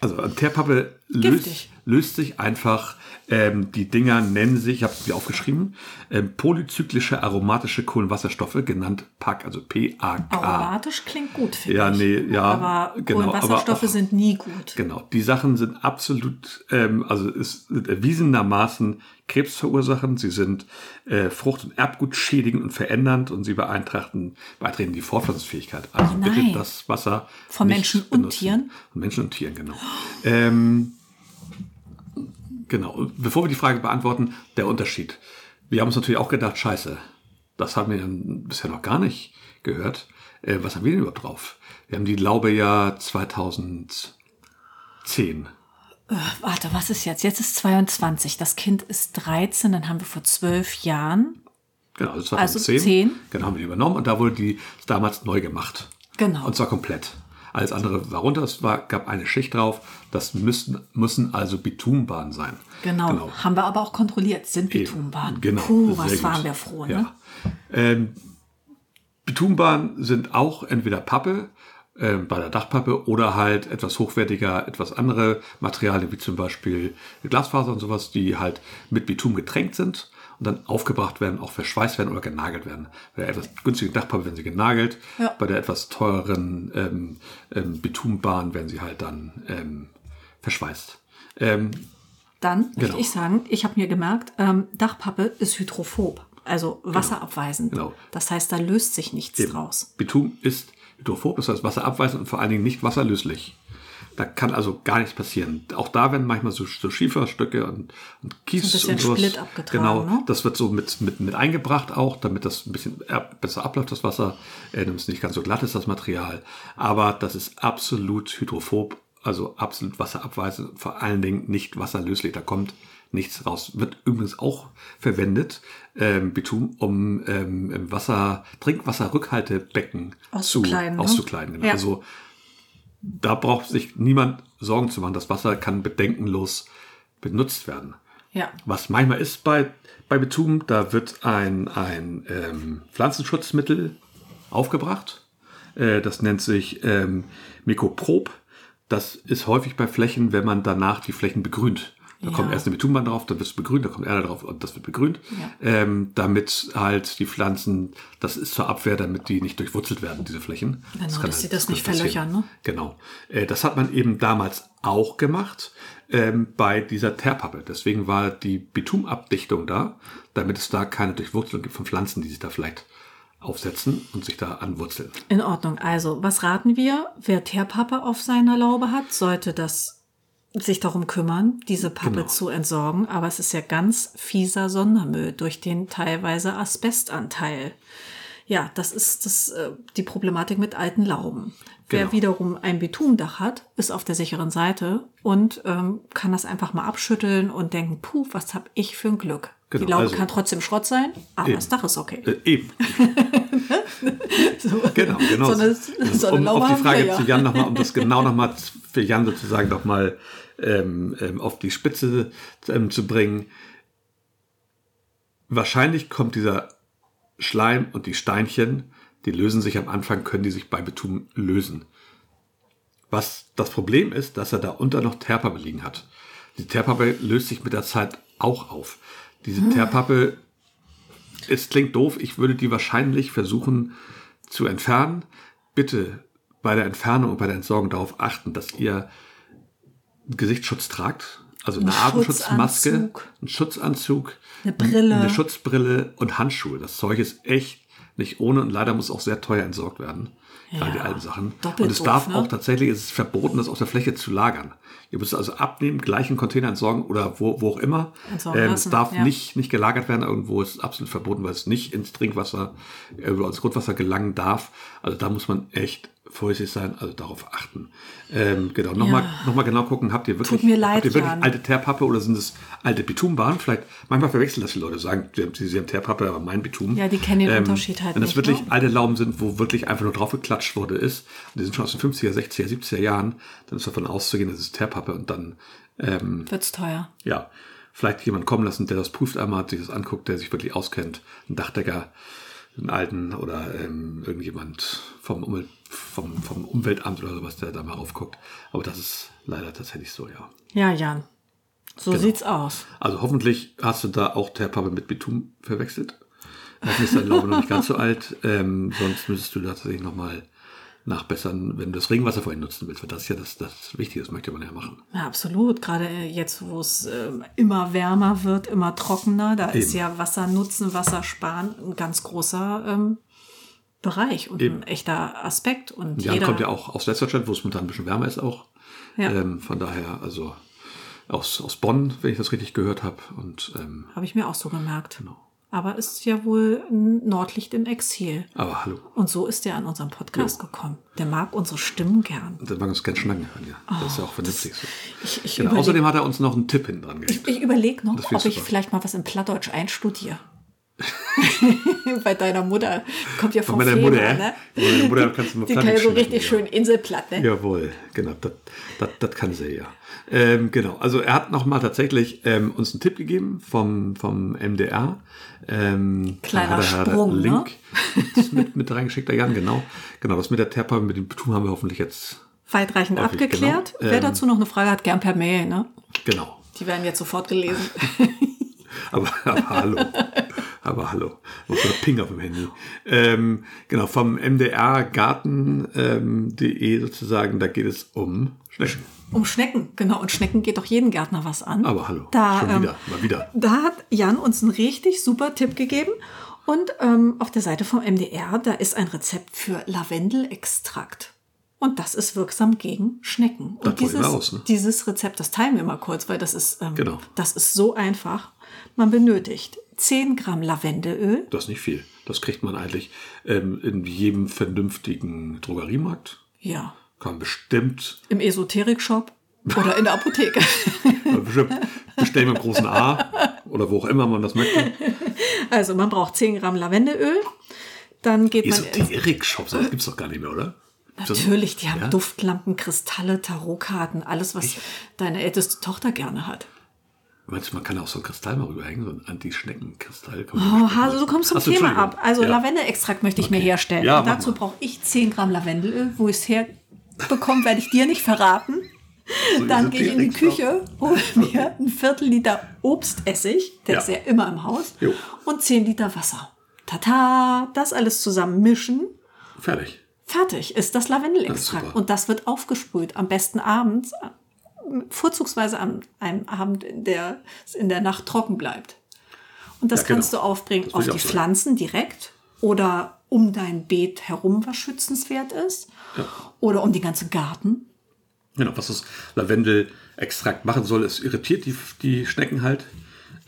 A: Also an Teerpappe löst,
B: Giftig.
A: löst sich einfach, ähm, die Dinger nennen sich, ich habe es mir aufgeschrieben, ähm, polyzyklische aromatische Kohlenwasserstoffe, genannt PAK, also PAK.
B: Aromatisch klingt gut, finde
A: Ja,
B: ich.
A: nee, ja,
B: Aber
A: genau, aber
B: Kohlenwasserstoffe
A: auch-
B: sind nie gut.
A: Genau, die Sachen sind absolut, ähm, also es sind erwiesenermaßen Krebs verursachen, sie sind äh, Frucht- und Erbgut schädigend und verändernd und sie beeintrachten, beitreten die Fortpflanzungsfähigkeit. Also
B: Nein.
A: bitte das Wasser.
B: Von
A: nicht
B: Menschen und Tieren?
A: Von Menschen und Tieren, genau. Ähm, genau, Und bevor wir die Frage beantworten, der Unterschied. Wir haben uns natürlich auch gedacht, scheiße, das haben wir ja bisher noch gar nicht gehört. Äh, was haben wir denn überhaupt drauf? Wir haben die Laube ja Genau, 2000. 10.
B: Warte, was ist jetzt? Jetzt ist 22. Das Kind ist 13, dann haben wir vor zwölf Jahren.
A: Genau, also
B: Also
A: 2010.
B: 10.
A: Genau, haben wir die übernommen und da wurde die damals neu gemacht.
B: Genau.
A: Und zwar komplett. Alles andere war runter, es war, gab eine Schicht drauf. Das müssen, müssen also Bitumbahnen sein.
B: Genau. Haben wir aber auch kontrolliert. Sind Bitumbahnen.
A: Genau.
B: Puh,
A: sehr
B: was
A: gut.
B: waren wir froh, ne?
A: Ja. Ähm, Bitumbahnen sind auch entweder Pappe, ähm, bei der Dachpappe oder halt etwas hochwertiger, etwas andere Materialien wie zum Beispiel Glasfaser und sowas, die halt mit Bitum getränkt sind und dann aufgebracht werden, auch verschweißt werden oder genagelt werden. Bei der etwas günstigen Dachpappe werden sie genagelt,
B: Ja.
A: bei der etwas teureren ähm, ähm, Bitumbahn werden sie halt dann ähm, verschweißt. Ähm,
B: Dann
A: Genau.
B: möchte ich sagen, ich habe mir gemerkt, ähm, Dachpappe ist hydrophob, also wasserabweisend.
A: Genau.
B: Das heißt, da löst sich nichts draus.
A: Bitum ist hydrophob, das heißt wasserabweisend und vor allen Dingen nicht wasserlöslich. Da kann also gar nichts passieren. Auch da werden manchmal so, so Schieferstücke und, und Kies
B: So ein bisschen
A: und sowas.
B: Split abgetragen,
A: genau,
B: ne?
A: das wird so mit, mit, mit eingebracht auch, damit das ein bisschen ab- besser abläuft, das Wasser, äh, damit es nicht ganz so glatt ist, das Material. Aber das ist absolut hydrophob, also absolut wasserabweisend und vor allen Dingen nicht wasserlöslich. Da kommt nichts raus. Wird übrigens auch verwendet, ähm, Bitum, um ähm, Wasser, Trinkwasserrückhaltebecken
B: Auszukleiden,
A: Zu,
B: ne?
A: auszukleiden genau.
B: Ja.
A: Also da braucht sich niemand Sorgen zu machen. Das Wasser kann bedenkenlos benutzt werden.
B: Ja.
A: Was manchmal ist bei, bei Betum, da wird ein, ein ähm, Pflanzenschutzmittel aufgebracht. Äh, das nennt sich ähm, Mikroprop. Das ist häufig bei Flächen, wenn man danach die Flächen begrünt. Da
B: Ja.
A: kommt erst eine Betumbahn drauf, dann wird es begrünt, da kommt Erde drauf und das wird begrünt. Ähm, damit halt die Pflanzen, das ist zur Abwehr, damit die nicht durchwurzelt werden, diese Flächen.
B: Genau,
A: kann
B: dass sie das nicht
A: kann passieren.
B: verlöchern, ne?
A: Genau. Äh, Das hat man eben damals auch gemacht ähm, bei dieser Terpappe. Deswegen war die Bitumabdichtung da, damit es da keine Durchwurzelung gibt von Pflanzen, die sich da vielleicht aufsetzen und sich da anwurzeln.
B: In Ordnung. Also, was raten wir? Wer Teerpappe auf seiner Laube hat, sollte das sich darum kümmern, diese Pappe
A: Genau.
B: zu entsorgen. Aber es ist ja ganz fieser Sondermüll durch den teilweise Asbestanteil. Ja, das ist das, äh, die Problematik mit alten Lauben.
A: Genau.
B: Wer wiederum ein Betumdach hat, ist auf der sicheren Seite und ähm, kann das einfach mal abschütteln und denken, puh, was hab ich für ein Glück.
A: Genau,
B: die Laube
A: also-
B: kann trotzdem Schrott sein, aber
A: Eben.
B: das Dach ist okay.
A: Äh, eben,
B: *laughs* So.
A: *laughs* genau, genau.
B: So eine, so eine
A: um
B: Laube
A: auf die
B: haben
A: Frage
B: wir, ja.
A: zu Jan nochmal, um
B: *laughs*
A: das genau nochmal für Jan sozusagen nochmal ähm, ähm, auf die Spitze ähm, zu bringen. Wahrscheinlich kommt dieser Schleim und die Steinchen, die lösen sich am Anfang, können die sich bei Betum lösen. Was das Problem ist, dass er da unter noch Teerpappe liegen hat. Die Teerpappe löst sich mit der Zeit auch auf. Diese
B: Ah.
A: Teerpappe, es klingt doof, ich würde die wahrscheinlich versuchen zu entfernen. Bitte bei der Entfernung und bei der Entsorgung darauf achten, dass ihr Gesichtsschutz tragt, also eine Atemschutzmaske,
B: Schutzanzug.
A: einen Schutzanzug,
B: Eine Brille.
A: eine Schutzbrille und Handschuhe. Das Zeug ist echt nicht ohne und leider muss auch sehr teuer entsorgt werden. Gerade die
B: Ja,
A: alten Sachen.
B: doppelt
A: und es
B: doof,
A: darf
B: ne?
A: auch tatsächlich, es ist verboten, das auf der Fläche zu lagern. Ihr müsst es also abnehmen, gleich in Container entsorgen oder wo, wo auch immer.
B: Entsorgen
A: Ähm, es
B: lassen,
A: darf
B: ja.
A: nicht, nicht gelagert werden irgendwo. Es ist absolut verboten, weil es nicht ins Trinkwasser äh, oder ins Grundwasser gelangen darf. Also da muss man echt vorsichtig sein, also darauf achten. Ähm, genau, nochmal
B: Ja.
A: noch mal genau gucken, habt ihr wirklich,
B: Tut mir leid,
A: habt ihr wirklich
B: Jan.
A: alte Teerpappe oder sind es alte Bitumbahnen? Vielleicht, manchmal verwechseln das die Leute, sagen, sie haben- sie haben Teerpappe, aber mein Bitum.
B: Ja, die kennen den Unterschied halt
A: Ähm, Wenn das
B: nicht,
A: wirklich
B: ne?
A: alte Lauben sind, wo wirklich einfach nur draufgeklatscht wurde ist, und die sind schon aus den 50er, 60er, 70er Jahren, dann ist davon auszugehen, das ist Teerpappe und dann
B: Wird's teuer.
A: ja, vielleicht jemand kommen lassen, der das prüft einmal, sich das anguckt, der sich wirklich auskennt. Ein Dachdecker, einen alten oder ähm, irgendjemand vom, Umwelt, vom, vom Umweltamt oder sowas, der da mal raufguckt. Aber das ist leider tatsächlich so, ja.
B: Ja, Jan. So sieht's aus.
A: Also hoffentlich hast du da auch Teerpappe mit Bitum verwechselt. Hoffentlich ist dein Laube noch nicht ganz so alt. Ähm, sonst müsstest du da tatsächlich nochmal nachbessern, wenn du das Regenwasser vorhin nutzen willst. Weil das ist ja das, das Wichtige, das möchte man ja machen.
B: Ja, absolut. Gerade äh, jetzt, wo es ähm, immer wärmer wird, immer trockener, da ist
A: Eben.
B: ja Wasser nutzen, Wasser sparen ein ganz großer ähm, Bereich und
A: Eben.
B: ein echter Aspekt. Und
A: Jan
B: jeder
A: kommt ja auch aus Westdeutschland, wo es momentan ein bisschen wärmer ist auch.
B: Ja.
A: Ähm, von daher, also aus, aus Bonn, wenn ich das richtig gehört habe. Und ähm,
B: Habe ich mir auch so gemerkt.
A: Genau.
B: Aber ist ja wohl ein Nordlicht im Exil.
A: aber hallo,
B: Und so ist er an unserem Podcast gekommen. Der mag unsere Stimmen gern.
A: dann mag uns ganz schnacken hören, ja. das ist ja auch vernünftig so.
B: Ich, ich
A: Genau.
B: überlege
A: Außerdem hat er uns noch einen Tipp hinten dran gegeben.
B: ich überleg noch,
A: Das
B: ob
A: finde ich
B: ich
A: super.
B: vielleicht mal was in Plattdeutsch einstudiere. *laughs* Bei deiner Mutter. Kommt ja
A: Von
B: vom
A: meiner
B: Flemer,
A: Mutter, ja.
B: ne?
A: Von meiner Mutter kannst du mal
B: Die kann ja so
A: Plattdeutsch
B: richtig
A: sprechen,
B: schön Inselplatt, ne?
A: Jawohl, genau, das- das das kann sie ja. Ähm, genau, also er hat nochmal tatsächlich ähm, uns einen Tipp gegeben vom, vom MDR. Ähm, da
B: Kleiner
A: hat er-
B: Sprung, ne?
A: hat er Link mit, mit reingeschickt, der Jan, genau. Genau, das mit der Terpa, mit dem Betum haben wir hoffentlich jetzt,
B: Weitreichend
A: Häufig,
B: abgeklärt.
A: genau.
B: Wer
A: Ähm,
B: dazu noch eine Frage hat, gern per Mail, ne?
A: genau.
B: Die werden jetzt
A: *laughs*
B: sofort gelesen.
A: Aber, *laughs* aber hallo. Aber hallo. Was für ein Ping auf dem Handy. Ähm, genau, vom mdrgarten.de ähm, de sozusagen, da geht es um Schnecken.
B: Um Schnecken, genau. Und Schnecken geht doch jeden Gärtner was an.
A: Aber hallo.
B: Da,
A: Schon
B: ähm,
A: wieder, mal wieder.
B: Da hat Jan uns einen richtig super Tipp gegeben. Und ähm, auf der Seite vom MDR, da ist ein Rezept für Lavendelextrakt. Und das ist wirksam gegen Schnecken.
A: Da
B: Und
A: probieren wir
B: dieses,
A: aus, ne?
B: dieses Rezept, das teilen wir mal kurz, weil das ist, ähm,
A: Genau.
B: das ist so einfach. Man benötigt 10 Gramm Lavendelöl,
A: Das ist nicht viel. Das kriegt man eigentlich ähm, in jedem vernünftigen Drogeriemarkt.
B: ja,
A: Kann man bestimmt, *laughs*
B: im Esoterik-Shop oder in der Apotheke.
A: äh, bestimmt bestellen mit dem großen A oder wo auch immer man das möchte.
B: also man braucht 10 Gramm Lavendelöl. Dann geht man ins
A: Esoterik-Shops, das gibt's doch gar nicht mehr, oder?
B: Natürlich, die haben
A: Ja?
B: Duftlampen, Kristalle, Tarotkarten, alles, was deine älteste Tochter gerne hat.
A: Meinst du, man kann auch so einen Kristall mal rüberhängen, so einen Anti-Schnecken-Kristall?
B: Oh, also du kommst zum
A: Ach so,
B: Thema
A: Entschuldigung.
B: ab. Also
A: Ja.
B: Lavendelextrakt möchte ich mir herstellen.
A: Ja,
B: Und
A: mach
B: dazu
A: mal.
B: brauche ich 10 Gramm Lavendelöl. Wo ich es herbekomme, werde ich dir nicht verraten.
A: So
B: Dann gehe ich in die
A: Esoterik-Shops.
B: Küche, hole mir ein Viertel Liter Obstessig, der
A: Ja.
B: ist ja immer im Haus,
A: Jo.
B: und 10 Liter Wasser. Tata, das alles zusammen mischen.
A: Fertig.
B: Fertig ist
A: Das
B: das
A: ist
B: Lavendelextrakt.
A: super.
B: und das wird aufgesprüht. Am besten abends, vorzugsweise an einem Abend, in der es in der Nacht trocken bleibt. Und das
A: Ja, genau.
B: kannst du aufbringen
A: Das will
B: auf
A: ich
B: die
A: auch sagen.
B: Pflanzen direkt oder um dein Beet herum, was schützenswert ist. Oder um den ganzen Garten.
A: Genau, was das Lavendelextrakt machen soll, es irritiert die, die Schnecken halt.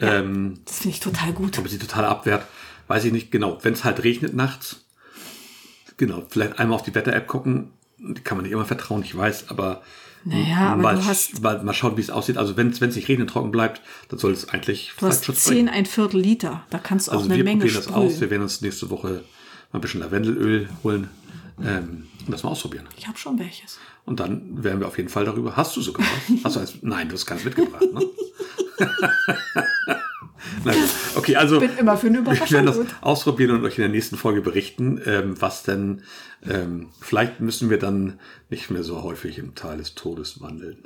A: Ähm,
B: Das finde ich total gut.
A: ob es sie total abwehrt, weiß ich nicht genau. Wenn es halt regnet nachts, genau, vielleicht einmal auf die Wetter-App gucken, kann man nicht immer vertrauen, ich weiß, aber
B: Naja, aber
A: mal,
B: du hast-
A: mal, mal schauen, wie es aussieht. Also wenn es nicht regnen und trocken bleibt, dann soll es eigentlich
B: Du hast
A: Fallschutz bringen.
B: 10, ein Viertel Liter. Da kannst du auch
A: Also
B: eine
A: wir
B: Menge
A: probieren das aus.
B: sprühen.
A: Wir werden uns nächste Woche mal ein bisschen Lavendelöl holen ähm, und das mal ausprobieren.
B: Ich habe schon welches.
A: Und dann werden wir auf jeden Fall darüber. Hast du sogar
B: *laughs*
A: was? Hast du eins? Nein, du hast keins mitgebracht. Ne? *laughs* Nein, okay, also
B: Bin immer für eine
A: wir werden
B: Überraschung
A: das
B: gut.
A: ausprobieren und euch in der nächsten Folge berichten, ähm, was denn. Ähm, vielleicht müssen wir dann nicht mehr so häufig im Tal des Todes
B: *laughs*
A: wandeln.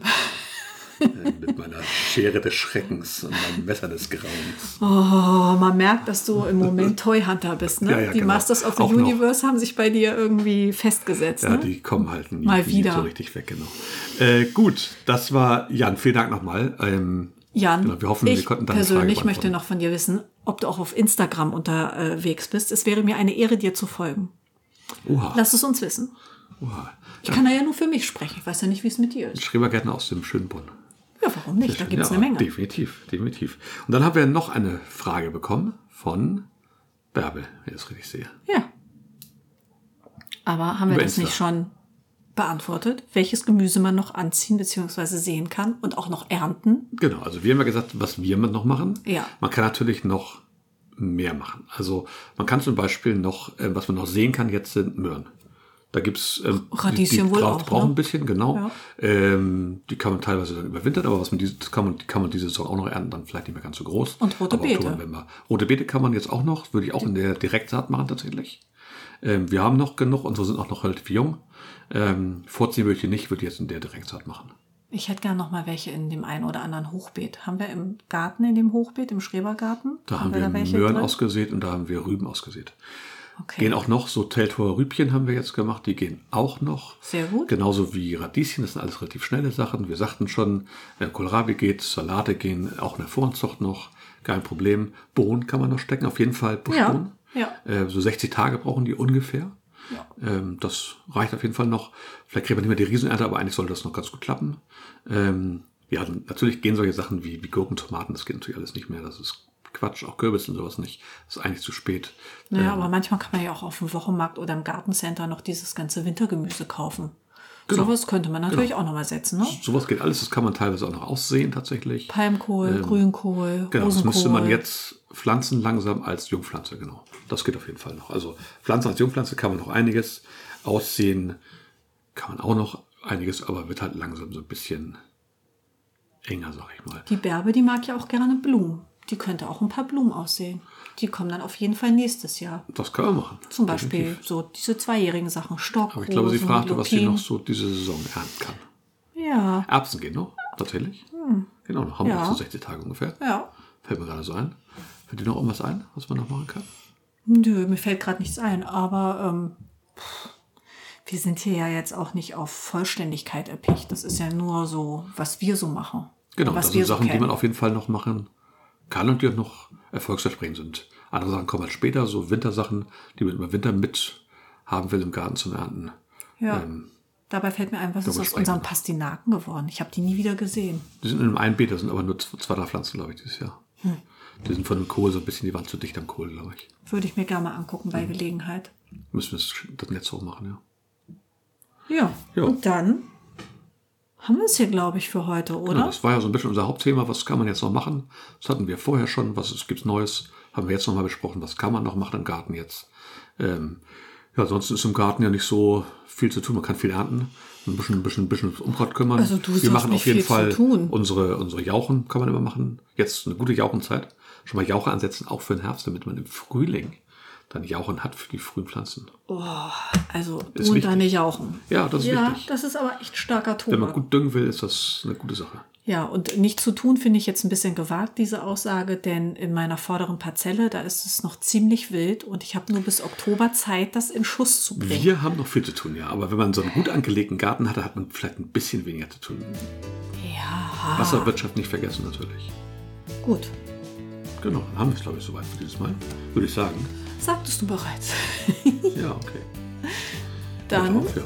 A: Äh, Mit meiner Schere des Schreckens und meinem Messer des Grauens. Äh,
B: Oh, man merkt, dass du
A: *laughs*
B: im Moment Toy Hunter bist. Ne?
A: Ja, ja,
B: die
A: genau.
B: Masters of the
A: Auch noch.
B: Universe haben sich bei dir irgendwie festgesetzt.
A: Ja,
B: ne?
A: die kommen halt nie,
B: Mal
A: nie
B: wieder.
A: so richtig weg, genau. Äh, gut, das war Jan. Vielen Dank nochmal. Ähm,
B: Jan,
A: genau, wir hoffen,
B: ich
A: wir konnten deine Frage
B: persönlich
A: beantworten.
B: möchte noch von dir wissen, ob du auch auf Instagram unterwegs bist. Es wäre mir eine Ehre, dir zu folgen.
A: Oha.
B: Lass es uns wissen.
A: Oha.
B: Ich kann da ja nur für mich sprechen. Ich weiß ja nicht, wie es mit dir ist.
A: Schrebergärtner aus dem schönen Bonn.
B: Ja, warum nicht? Da gibt es
A: Ja,
B: eine Menge.
A: Definitiv, definitiv. Und dann haben wir noch eine Frage bekommen von Bärbel, wenn ich das richtig sehe.
B: Ja. Aber haben wir
A: Über
B: das
A: Insta.
B: nicht schon beantwortet, welches Gemüse man noch anziehen bzw. sehen kann und auch noch ernten?
A: Genau, also wir haben ja gesagt, was wir noch machen.
B: Ja.
A: Man kann natürlich noch mehr machen. Also man kann zum Beispiel noch, äh, was man noch sehen kann, jetzt sind Möhren. Da gibt's ähm,
B: Oh, Radieschen wohl
A: braucht,
B: auch,
A: braucht
B: ne?
A: ein bisschen, genau.
B: Ja.
A: Ähm, die kann man teilweise dann überwintern, aber was man diese, das kann man, die kann man diese Saison auch noch ernten, dann vielleicht nicht mehr ganz so groß.
B: Und rote
A: aber
B: Beete.
A: Oktober, November. Rote Beete kann man jetzt auch noch, würde ich auch in der Direktsaat machen tatsächlich. Ähm, wir haben noch genug, unsere sind auch noch relativ jung. Ähm, vorziehen würde ich die nicht, würde ich jetzt in der Direktsaat machen.
B: Ich hätte gern noch mal welche in dem einen oder anderen Hochbeet. Haben wir im Garten, in dem Hochbeet, im Schrebergarten?
A: Da haben, wir, Möhren
B: drin?
A: ausgesät und da haben wir Rüben ausgesät.
B: Okay.
A: Gehen auch noch, so Teltower Rübchen haben wir jetzt gemacht, die gehen auch noch.
B: Sehr gut.
A: Genauso wie Radieschen, das sind alles relativ schnelle Sachen. Wir sagten schon, äh, Kohlrabi geht, Salate gehen, auch eine Vorhandzucht noch, kein Problem. Bohnen kann man noch stecken, auf jeden Fall Buschbohnen.
B: Ja,
A: Äh, so 60 Tage brauchen die ungefähr.
B: Ja.
A: Ähm, das reicht auf jeden Fall noch. Vielleicht kriegt man nicht mehr die Riesenernte, aber eigentlich sollte das noch ganz gut klappen. Ähm, ja, dann- natürlich gehen solche Sachen wie, wie Gurken, Tomaten, das geht natürlich alles nicht mehr. Das ist Quatsch, auch Kürbis und sowas nicht. Das ist eigentlich zu spät.
B: Naja, aber manchmal kann man ja auch auf dem Wochenmarkt oder im Gartencenter noch dieses ganze Wintergemüse kaufen.
A: Genau.
B: Sowas könnte man natürlich auch noch mal setzen, ne?
A: Sowas geht alles, das kann man teilweise auch noch aussehen tatsächlich.
B: Palmkohl, Grünkohl,
A: Ähm, Genau, das
B: Rosenkohl.
A: müsste man jetzt pflanzen langsam als Jungpflanze, genau. Das geht auf jeden Fall noch. Also Pflanzen als Jungpflanze kann man noch einiges aussehen, kann man auch noch einiges, aber wird halt langsam so ein bisschen enger, sag ich mal.
B: Die Bärbe, die mag ja auch gerne Blumen. Die könnte auch ein paar Blumen aussehen. Die kommen dann auf jeden Fall nächstes Jahr.
A: Das können wir machen.
B: Zum Beispiel so diese zweijährigen Sachen, Stock.
A: Aber ich glaube, sie
B: Rosen,
A: fragte, was sie
B: Lupinen.
A: noch so diese Saison ernten kann.
B: Ja,
A: Erbsen gehen noch, tatsächlich. Genau, noch haben wir
B: Hm. Ja.
A: auch so 60 Tage ungefähr.
B: ja.
A: Fällt mir gerade so ein. Fällt dir noch irgendwas ein, was man noch machen kann?
B: Nö, mir fällt gerade nichts ein, aber ähm, pff, wir sind hier ja jetzt auch nicht auf Vollständigkeit erpicht. Das ist ja nur so, was wir so machen.
A: Genau,
B: was
A: das sind Sachen, die
B: kennen.
A: man auf jeden Fall noch machen kann und die auch noch erfolgsversprechend sind. Andere Sachen kommen halt später, so Wintersachen, die man im Winter mit haben will im Garten zum Ernten.
B: Ja.
A: Ähm,
B: Dabei fällt mir ein, was ist
A: darüber
B: aus
A: sprechen
B: unseren
A: wir.
B: Pastinaken geworden? Ich habe die nie wieder gesehen.
A: die sind in einem Einbeet, da sind aber nur z- zwei, drei Pflanzen, glaube ich, dieses Jahr.
B: Hm.
A: Die sind von dem Kohl so ein bisschen, die waren zu dicht am Kohl, glaube ich.
B: Würde ich mir gerne mal angucken
A: Mhm.
B: bei Gelegenheit.
A: Müssen wir das- das Netz hochmachen, ja.
B: Ja.
A: Ja.
B: Und dann haben wir es hier, glaube ich, für heute,
A: Ja,
B: oder?
A: Genau, das war ja so ein bisschen unser Hauptthema. Was kann man jetzt noch machen? Das hatten wir vorher schon. Was ist, gibt's Neues? Haben wir jetzt nochmal besprochen. Was kann man noch machen im Garten jetzt? Ähm, ja, ansonsten ist im Garten ja nicht so viel zu tun. Man kann viel ernten. Ein bisschen, ein bisschen, ein bisschen ums Unkraut kümmern.
B: Also du hast
A: wir machen
B: nicht
A: auf jeden
B: viel zu
A: Fall
B: tun.
A: unsere, unsere Jauchen kann man immer machen. Jetzt eine gute Jauchenzeit. Schon mal Jauche ansetzen, auch für den Herbst, damit man im Frühling dann Jauchen hat für die frühen Pflanzen.
B: Also du
A: Ist
B: und
A: wichtig.
B: deine Jauchen.
A: Ja, das ist
B: ja,
A: wichtig.
B: das ist aber echt starker
A: Wenn man
B: Tobak.
A: gut düngen will, ist das eine gute Sache.
B: Ja, und nicht zu tun finde ich jetzt ein bisschen gewagt, diese Aussage, denn in meiner vorderen Parzelle, da ist es noch ziemlich wild und ich habe nur bis Oktober Zeit, das in Schuss zu bringen.
A: Wir haben noch viel zu tun, ja. Aber wenn man so einen gut angelegten Garten hat, dann hat man vielleicht ein bisschen weniger zu tun.
B: Ja,
A: Wasserwirtschaft nicht vergessen natürlich.
B: gut.
A: Genau, dann haben wir es, glaube ich, soweit für dieses Mal, würde ich sagen.
B: *laughs* Sagtest du bereits.
A: Ja, okay.
B: Dann
A: Auf, ja.